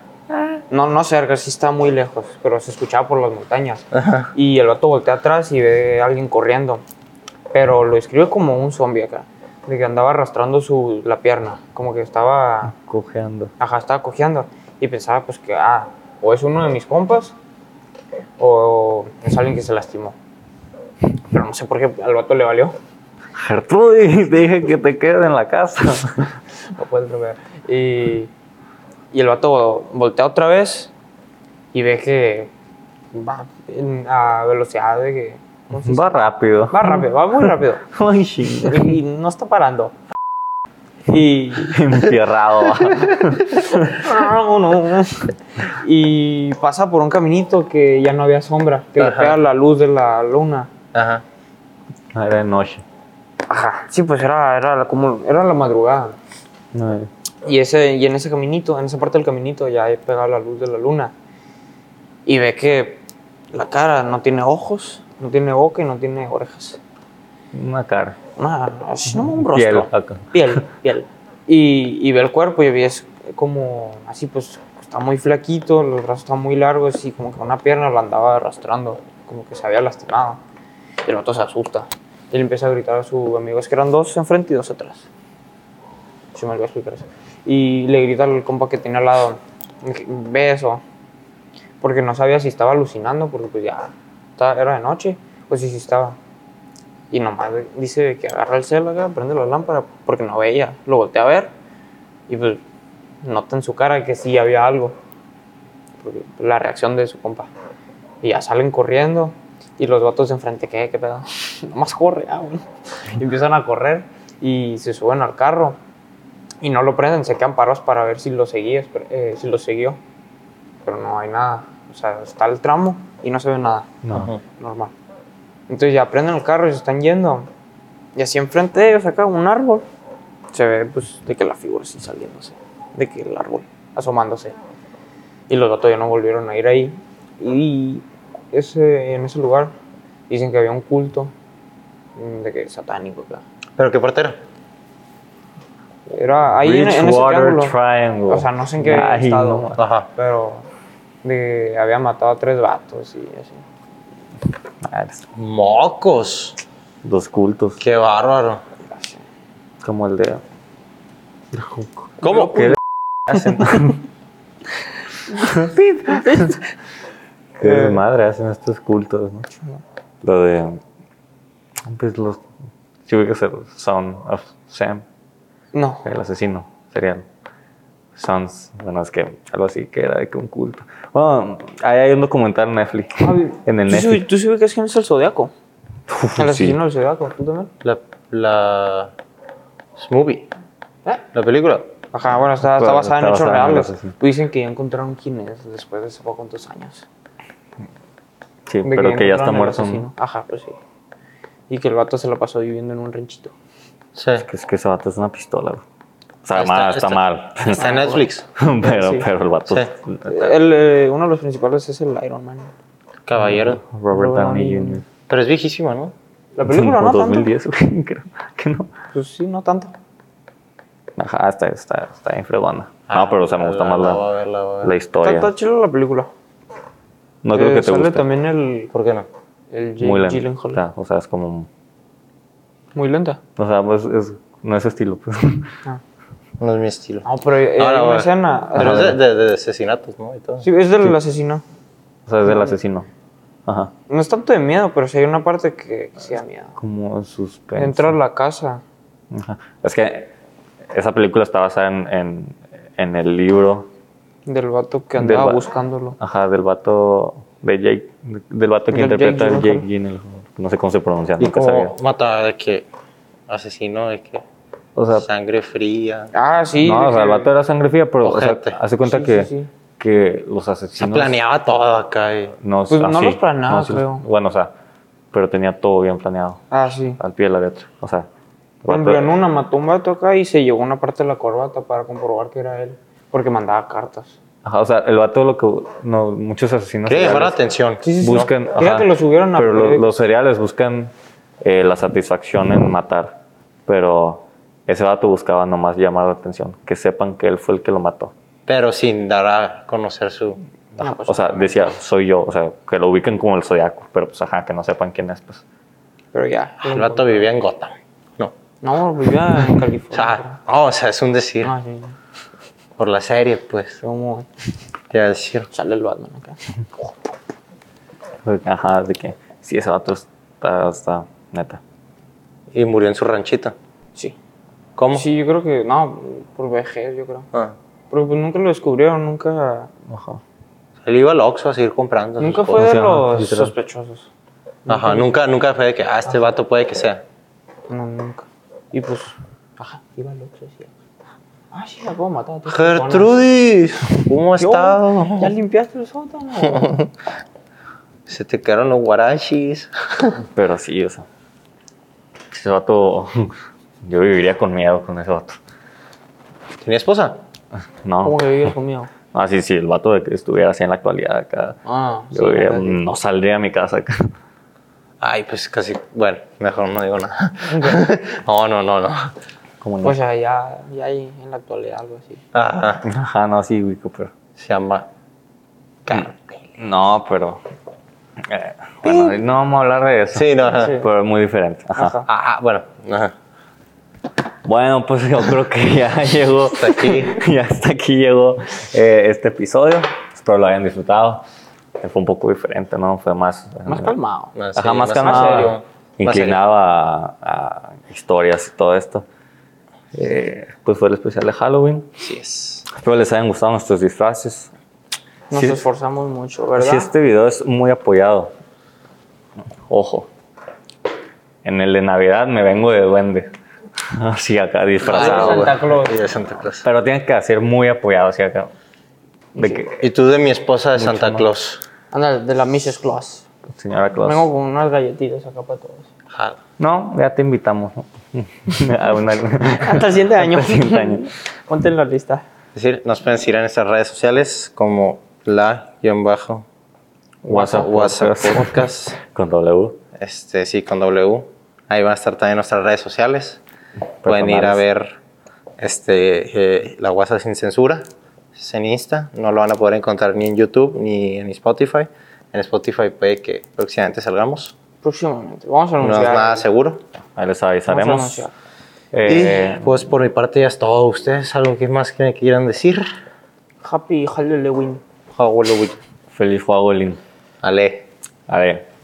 [SPEAKER 3] No, no cerca, sí está muy lejos, pero se escuchaba por las montañas.
[SPEAKER 2] Ajá.
[SPEAKER 3] Y el vato voltea atrás y ve a alguien corriendo. Pero lo escribe como un zombie acá. De que andaba arrastrando su, la pierna. Como que estaba.
[SPEAKER 1] Cojeando.
[SPEAKER 3] Ajá, estaba cojeando. Y pensaba, pues que, ah, o es uno de mis compas. O es alguien que se lastimó. Pero no sé por qué al vato le valió.
[SPEAKER 1] Gertrudis, te dije que te quedes en la casa.
[SPEAKER 3] No puedes bromear. Y, y el vato voltea otra vez y ve que va en- a velocidad de que. ¿cómo se dice?
[SPEAKER 1] va rápido.
[SPEAKER 3] Va rápido, va muy rápido.
[SPEAKER 1] Ay, chinga.
[SPEAKER 3] Y, y no está parando. Y.
[SPEAKER 1] Empierrado. va.
[SPEAKER 3] Y pasa por un caminito que ya no había sombra, que le
[SPEAKER 2] Ajá.
[SPEAKER 3] pega la luz de la luna.
[SPEAKER 2] Ajá.
[SPEAKER 1] Ah, Era de noche.
[SPEAKER 3] Ajá. Sí, pues era, era la- como, era la madrugada.
[SPEAKER 1] No,
[SPEAKER 3] Y, ese, y en ese caminito, en esa parte del caminito, ya he pegado la luz de la luna. Y ve que la cara no tiene ojos, no tiene boca y no tiene orejas.
[SPEAKER 1] Una cara.
[SPEAKER 3] Una, así, no, un
[SPEAKER 1] Piel
[SPEAKER 3] rostro.
[SPEAKER 1] acá.
[SPEAKER 3] Piel, piel. Y, y ve el cuerpo y es como así, pues está muy flaquito, los brazos están muy largos y como que una pierna la andaba arrastrando, como que se había lastimado. Y el otro se asusta. Y le empieza a gritar a su amigo, es que eran dos enfrente y dos atrás. Se me olvidó explicar eso. Y le grita al compa que tenía al lado, ve eso. Porque no sabía si Pues, estaba alucinando, porque pues ya ta- era de noche, o si sí estaba. Y nomás dice que agarra el cel acá, prende la lámpara, porque no veía. Lo volteé a ver y pues nota en su cara que sí había algo. Porque pues, la reacción de su compa. Y ya salen corriendo y los vatos de enfrente, ¿qué? ¿Qué pedo? nomás corre, ah, bueno. Y empiezan a correr y se suben al carro y no lo prenden, se quedan parados para ver si lo seguías, pero, eh, si lo siguió. Pero no hay nada. O sea, está el tramo y no se ve nada.
[SPEAKER 1] No.
[SPEAKER 3] Normal. Entonces ya prenden el carro y se están yendo. Y así enfrente de ellos, acá un árbol, se ve pues de que la figura sí saliéndose. De que el árbol asomándose. Y los gatos ya no volvieron a ir ahí. Y ese, en ese lugar dicen que había un culto mm, de que satánico. acá.
[SPEAKER 2] ¿Pero qué portero?
[SPEAKER 3] Era ahí en, en ese
[SPEAKER 1] Bridgewater
[SPEAKER 3] triángulo.
[SPEAKER 1] Triangle.
[SPEAKER 3] O sea, no sé en qué
[SPEAKER 1] Ay,
[SPEAKER 3] estado.
[SPEAKER 1] no.
[SPEAKER 2] Ajá.
[SPEAKER 3] Pero de, había matado a tres vatos y así.
[SPEAKER 1] Ah, eres-
[SPEAKER 2] ¡Mocos!
[SPEAKER 1] Los cultos,
[SPEAKER 2] ¡Qué bárbaro!
[SPEAKER 1] como el de...
[SPEAKER 2] ¿Cómo?
[SPEAKER 1] ¿Qué le hacen? Qué desmadre hacen estos cultos, ¿no? Lo de... Pues los... Si ubicas el Son of Sam,
[SPEAKER 3] No.
[SPEAKER 1] el asesino serial. Sons, bueno, es que algo así que era de que un culto. Bueno, ahí hay un documental en Netflix. en el
[SPEAKER 3] ¿Tú, Ah, sí-
[SPEAKER 1] Netflix.
[SPEAKER 3] ¿Tú sabes quién es el Zodíaco?
[SPEAKER 1] Uf,
[SPEAKER 3] El
[SPEAKER 1] sí.
[SPEAKER 3] asesino del Zodíaco, ¿tú también?
[SPEAKER 2] La... La... es movie.
[SPEAKER 3] ¿Eh?
[SPEAKER 2] La película.
[SPEAKER 3] Ajá, bueno, está, está
[SPEAKER 1] Claro,
[SPEAKER 3] basada
[SPEAKER 1] está
[SPEAKER 3] en hechos
[SPEAKER 1] basada en
[SPEAKER 3] reales.
[SPEAKER 1] hechos, sí.
[SPEAKER 3] Dicen que ya encontraron quién es después de poco cuántos años.
[SPEAKER 1] Sí,
[SPEAKER 3] De
[SPEAKER 1] pero que ya está
[SPEAKER 3] encontraron al
[SPEAKER 1] muerto.
[SPEAKER 3] asesino. Ajá, pues sí. Y que el vato se la pasó viviendo en un ranchito.
[SPEAKER 2] Sí.
[SPEAKER 1] Que es que ese vato es una pistola, güey. O sea,
[SPEAKER 2] Está-
[SPEAKER 1] mal, está,
[SPEAKER 2] está-
[SPEAKER 1] mal.
[SPEAKER 2] Está en Netflix.
[SPEAKER 1] pero,
[SPEAKER 3] Sí.
[SPEAKER 1] pero el vato.
[SPEAKER 2] Sí.
[SPEAKER 1] Ah,
[SPEAKER 3] El, eh, uno de los principales es el Iron Man.
[SPEAKER 2] Caballero.
[SPEAKER 1] Robert Downey Jr.
[SPEAKER 2] Pero es viejísima, ¿no?
[SPEAKER 3] La película no
[SPEAKER 1] Como
[SPEAKER 3] tanto.
[SPEAKER 1] 2010, güey, creo que no.
[SPEAKER 3] Pues sí, no tanto.
[SPEAKER 1] Ajá, está, está, está bien fregona. no, pero o sea, me gusta
[SPEAKER 2] La-
[SPEAKER 1] más
[SPEAKER 2] Ah. la voy a
[SPEAKER 1] la,
[SPEAKER 2] ver, la voy a ver.
[SPEAKER 1] la
[SPEAKER 3] Está,
[SPEAKER 1] historia.
[SPEAKER 3] está chila la película.
[SPEAKER 1] No creo
[SPEAKER 3] Eh,
[SPEAKER 1] que te
[SPEAKER 3] sale
[SPEAKER 1] guste.
[SPEAKER 3] también el,
[SPEAKER 2] ¿Por qué no?
[SPEAKER 3] el
[SPEAKER 1] Muy
[SPEAKER 3] Jake
[SPEAKER 1] lenta. Ah.
[SPEAKER 3] Gyllenhaal.
[SPEAKER 1] Está, o sea, es como.
[SPEAKER 3] Muy lenta. Ah.
[SPEAKER 1] O sea, pues, es, no es estilo, pues.
[SPEAKER 2] No es mi estilo.
[SPEAKER 3] No, pero eh,
[SPEAKER 2] Ahora,
[SPEAKER 3] hay una
[SPEAKER 2] güey.
[SPEAKER 3] escena.
[SPEAKER 2] Pero es de, de- de asesinatos, ¿no? Y todo.
[SPEAKER 3] Sí, es del asesino.
[SPEAKER 1] O sea, es del asesino. Ajá.
[SPEAKER 3] No es tanto de miedo, pero sí hay una parte que, que sí da miedo.
[SPEAKER 1] Como suspenso.
[SPEAKER 3] Entra a la casa.
[SPEAKER 1] Ajá. Es que esa película está basada en, en, en el libro
[SPEAKER 3] Del vato que
[SPEAKER 1] Del
[SPEAKER 3] andaba
[SPEAKER 1] va-
[SPEAKER 3] buscándolo.
[SPEAKER 1] Ajá, del vato de Jake, del vato que
[SPEAKER 3] Del
[SPEAKER 1] interpreta
[SPEAKER 3] Jake
[SPEAKER 1] a Jake Gyllenhaal. No sé cómo se pronuncia,
[SPEAKER 2] Y
[SPEAKER 1] nunca sabía.
[SPEAKER 2] como mata de que asesino, de que
[SPEAKER 1] O sea,
[SPEAKER 2] sangre fría.
[SPEAKER 3] Ah, sí.
[SPEAKER 1] no,
[SPEAKER 3] de
[SPEAKER 1] o sea, el
[SPEAKER 3] que-
[SPEAKER 1] vato era sangre fría, pero o sea,
[SPEAKER 2] Ojete.
[SPEAKER 1] hace cuenta
[SPEAKER 3] Sí,
[SPEAKER 1] que,
[SPEAKER 3] sí, sí.
[SPEAKER 1] que los
[SPEAKER 2] Se
[SPEAKER 1] asesinos.
[SPEAKER 2] planeaba todo acá. y-
[SPEAKER 1] No,
[SPEAKER 3] Pues no
[SPEAKER 1] así,
[SPEAKER 3] los planeaba,
[SPEAKER 1] sí,
[SPEAKER 3] creo.
[SPEAKER 1] Bueno, o sea, pero tenía todo bien planeado,
[SPEAKER 3] Ah, sí.
[SPEAKER 1] al pie de la letra. O sea, el
[SPEAKER 3] Por
[SPEAKER 1] vato-
[SPEAKER 3] ejemplo, en una mató un vato acá y se llevó una parte de la corbata para comprobar que era él. Porque mandaba cartas.
[SPEAKER 1] ajá, o sea, el vato lo que. No, muchos asesinos.
[SPEAKER 2] Quería llamar la
[SPEAKER 1] seriales
[SPEAKER 2] atención.
[SPEAKER 3] Sí, sí, sí.
[SPEAKER 1] buscan.
[SPEAKER 3] No,
[SPEAKER 1] ajá,
[SPEAKER 3] Quería que lo subieran a
[SPEAKER 1] Pero lo-
[SPEAKER 3] periódico.
[SPEAKER 1] los cereales buscan eh, la satisfacción en matar. Pero ese vato buscaba nomás llamar la atención. Que sepan que él fue el que lo mató.
[SPEAKER 2] Pero sin dar a conocer su.
[SPEAKER 3] Ah, pues,
[SPEAKER 1] O sea, decía, soy yo. O sea, que lo ubiquen como el zodiaco. Pero pues, ajá, que no sepan quién es, pues.
[SPEAKER 3] pero ya.
[SPEAKER 2] El vato vivía en Gotham. No.
[SPEAKER 3] No, vivía en
[SPEAKER 2] O
[SPEAKER 1] Ah.
[SPEAKER 3] California.
[SPEAKER 2] sea, no, o sea, es un decir.
[SPEAKER 3] creo. Ah, sí.
[SPEAKER 2] Por la serie, pues.
[SPEAKER 3] Como
[SPEAKER 2] Te iba a decir.
[SPEAKER 3] sale el Batman acá.
[SPEAKER 1] Ajá, de que sí, ese vato está, está neta.
[SPEAKER 2] Y murió en su ranchito.
[SPEAKER 3] Sí.
[SPEAKER 2] ¿Cómo?
[SPEAKER 3] Sí, yo creo que, no, por vejez, yo creo.
[SPEAKER 2] Ah.
[SPEAKER 3] Pero pues nunca lo descubrieron, nunca.
[SPEAKER 1] Ajá.
[SPEAKER 2] Él iba al Oxxo a seguir comprando. sus
[SPEAKER 3] Nunca fue
[SPEAKER 2] cosas.
[SPEAKER 3] de
[SPEAKER 1] sea,
[SPEAKER 3] los
[SPEAKER 1] literal.
[SPEAKER 3] sospechosos.
[SPEAKER 2] Ajá, nunca, nunca fue de que, ah, este vato puede que sea.
[SPEAKER 3] No, nunca. Y pues, ajá, iba loco, decía. Ah, sí, la puedo matar. a tres
[SPEAKER 2] Gertrudis, ¿cómo has
[SPEAKER 3] personas. Yo,
[SPEAKER 2] estado?
[SPEAKER 3] ¿Ya limpiaste el sótano?
[SPEAKER 2] Se te quedaron los guarachis.
[SPEAKER 1] Pero sí, o sea. Ese vato. Yo viviría con miedo con ese vato.
[SPEAKER 2] ¿Tenía esposa?
[SPEAKER 1] No.
[SPEAKER 3] ¿Cómo que vivías conmigo?
[SPEAKER 1] Ah, sí, sí, el vato de que estuviera así en la actualidad acá.
[SPEAKER 3] Ah, sí.
[SPEAKER 1] Yo diría,
[SPEAKER 3] la
[SPEAKER 1] no saldría a mi casa.
[SPEAKER 2] Ay, pues casi, bueno, mejor no digo nada. no, no, no, no.
[SPEAKER 1] Como
[SPEAKER 3] verdad.
[SPEAKER 1] no.
[SPEAKER 3] O sea, ya, ya hay en la actualidad algo así.
[SPEAKER 2] Ajá,
[SPEAKER 1] Ajá, no, sí, güey, pero.
[SPEAKER 2] se llama Cartel.
[SPEAKER 1] No, pero. eh, bueno, no vamos a hablar de eso.
[SPEAKER 2] Sí, no, ajá.
[SPEAKER 1] Pero es muy diferente. Ajá.
[SPEAKER 3] Ajá.
[SPEAKER 2] Ah, bueno, ajá.
[SPEAKER 1] Bueno, pues yo creo que ya llegó.
[SPEAKER 2] Hasta aquí.
[SPEAKER 1] ya hasta aquí llegó eh, este episodio. Espero lo hayan disfrutado. Eh, Fue un poco diferente, ¿no? Fue más.
[SPEAKER 3] Más calmado.
[SPEAKER 2] No,
[SPEAKER 1] Ajá,
[SPEAKER 2] sí,
[SPEAKER 1] más
[SPEAKER 2] o menos.
[SPEAKER 1] calmado. inclinado a, a historias y todo esto. Eh, pues fue el especial de Halloween.
[SPEAKER 2] Así es.
[SPEAKER 1] Espero les hayan gustado nuestros disfraces.
[SPEAKER 3] Nos
[SPEAKER 1] Sí.
[SPEAKER 3] esforzamos mucho, ¿verdad?
[SPEAKER 1] Si este video es muy apoyado, ojo, en el de Navidad me vengo de duende. Así acá,
[SPEAKER 3] Ah,
[SPEAKER 1] disfrazado.
[SPEAKER 3] no,
[SPEAKER 1] güey.
[SPEAKER 3] Santa Claus.
[SPEAKER 2] Y de Santa Claus.
[SPEAKER 1] Pero tienes que hacer muy apoyado, así acá. De que,
[SPEAKER 2] Y tú de mi esposa de Santa
[SPEAKER 1] más.
[SPEAKER 2] Claus.
[SPEAKER 3] Anda, de la Mrs. Claus.
[SPEAKER 1] señora Claus.
[SPEAKER 3] Vengo con unas galletitas acá para todos.
[SPEAKER 2] Ajá.
[SPEAKER 1] No, ya te invitamos. ¿no? A una-
[SPEAKER 3] Hasta el siguiente año.
[SPEAKER 1] el siguiente año.
[SPEAKER 3] Ponte en la lista.
[SPEAKER 2] Es decir, nos pueden seguir en nuestras redes sociales como la guión bajo
[SPEAKER 1] WhatsApp,
[SPEAKER 2] WhatsApp
[SPEAKER 1] podcast.
[SPEAKER 2] podcast.
[SPEAKER 1] Con W.
[SPEAKER 2] Este, sí, con W. Ahí van a estar también nuestras redes sociales. Pueden ir a
[SPEAKER 1] Personales.
[SPEAKER 2] ver este, eh, la WhatsApp sin censura. Es en Insta. No lo van a poder encontrar ni en YouTube ni en Spotify. En Spotify puede que próximamente salgamos.
[SPEAKER 3] Próximamente. Vamos a
[SPEAKER 2] No es
[SPEAKER 3] anunciar.
[SPEAKER 2] nada seguro.
[SPEAKER 1] Ahí les
[SPEAKER 3] Vamos a
[SPEAKER 1] avisaremos.
[SPEAKER 3] anunciar.
[SPEAKER 1] Eh,
[SPEAKER 2] y pues por mi parte ya es todo. ¿Ustedes algo que más quieren- quieran decir?
[SPEAKER 3] Happy Halloween.
[SPEAKER 2] Halloween.
[SPEAKER 1] Feliz Halloween.
[SPEAKER 2] Ale.
[SPEAKER 1] A ver.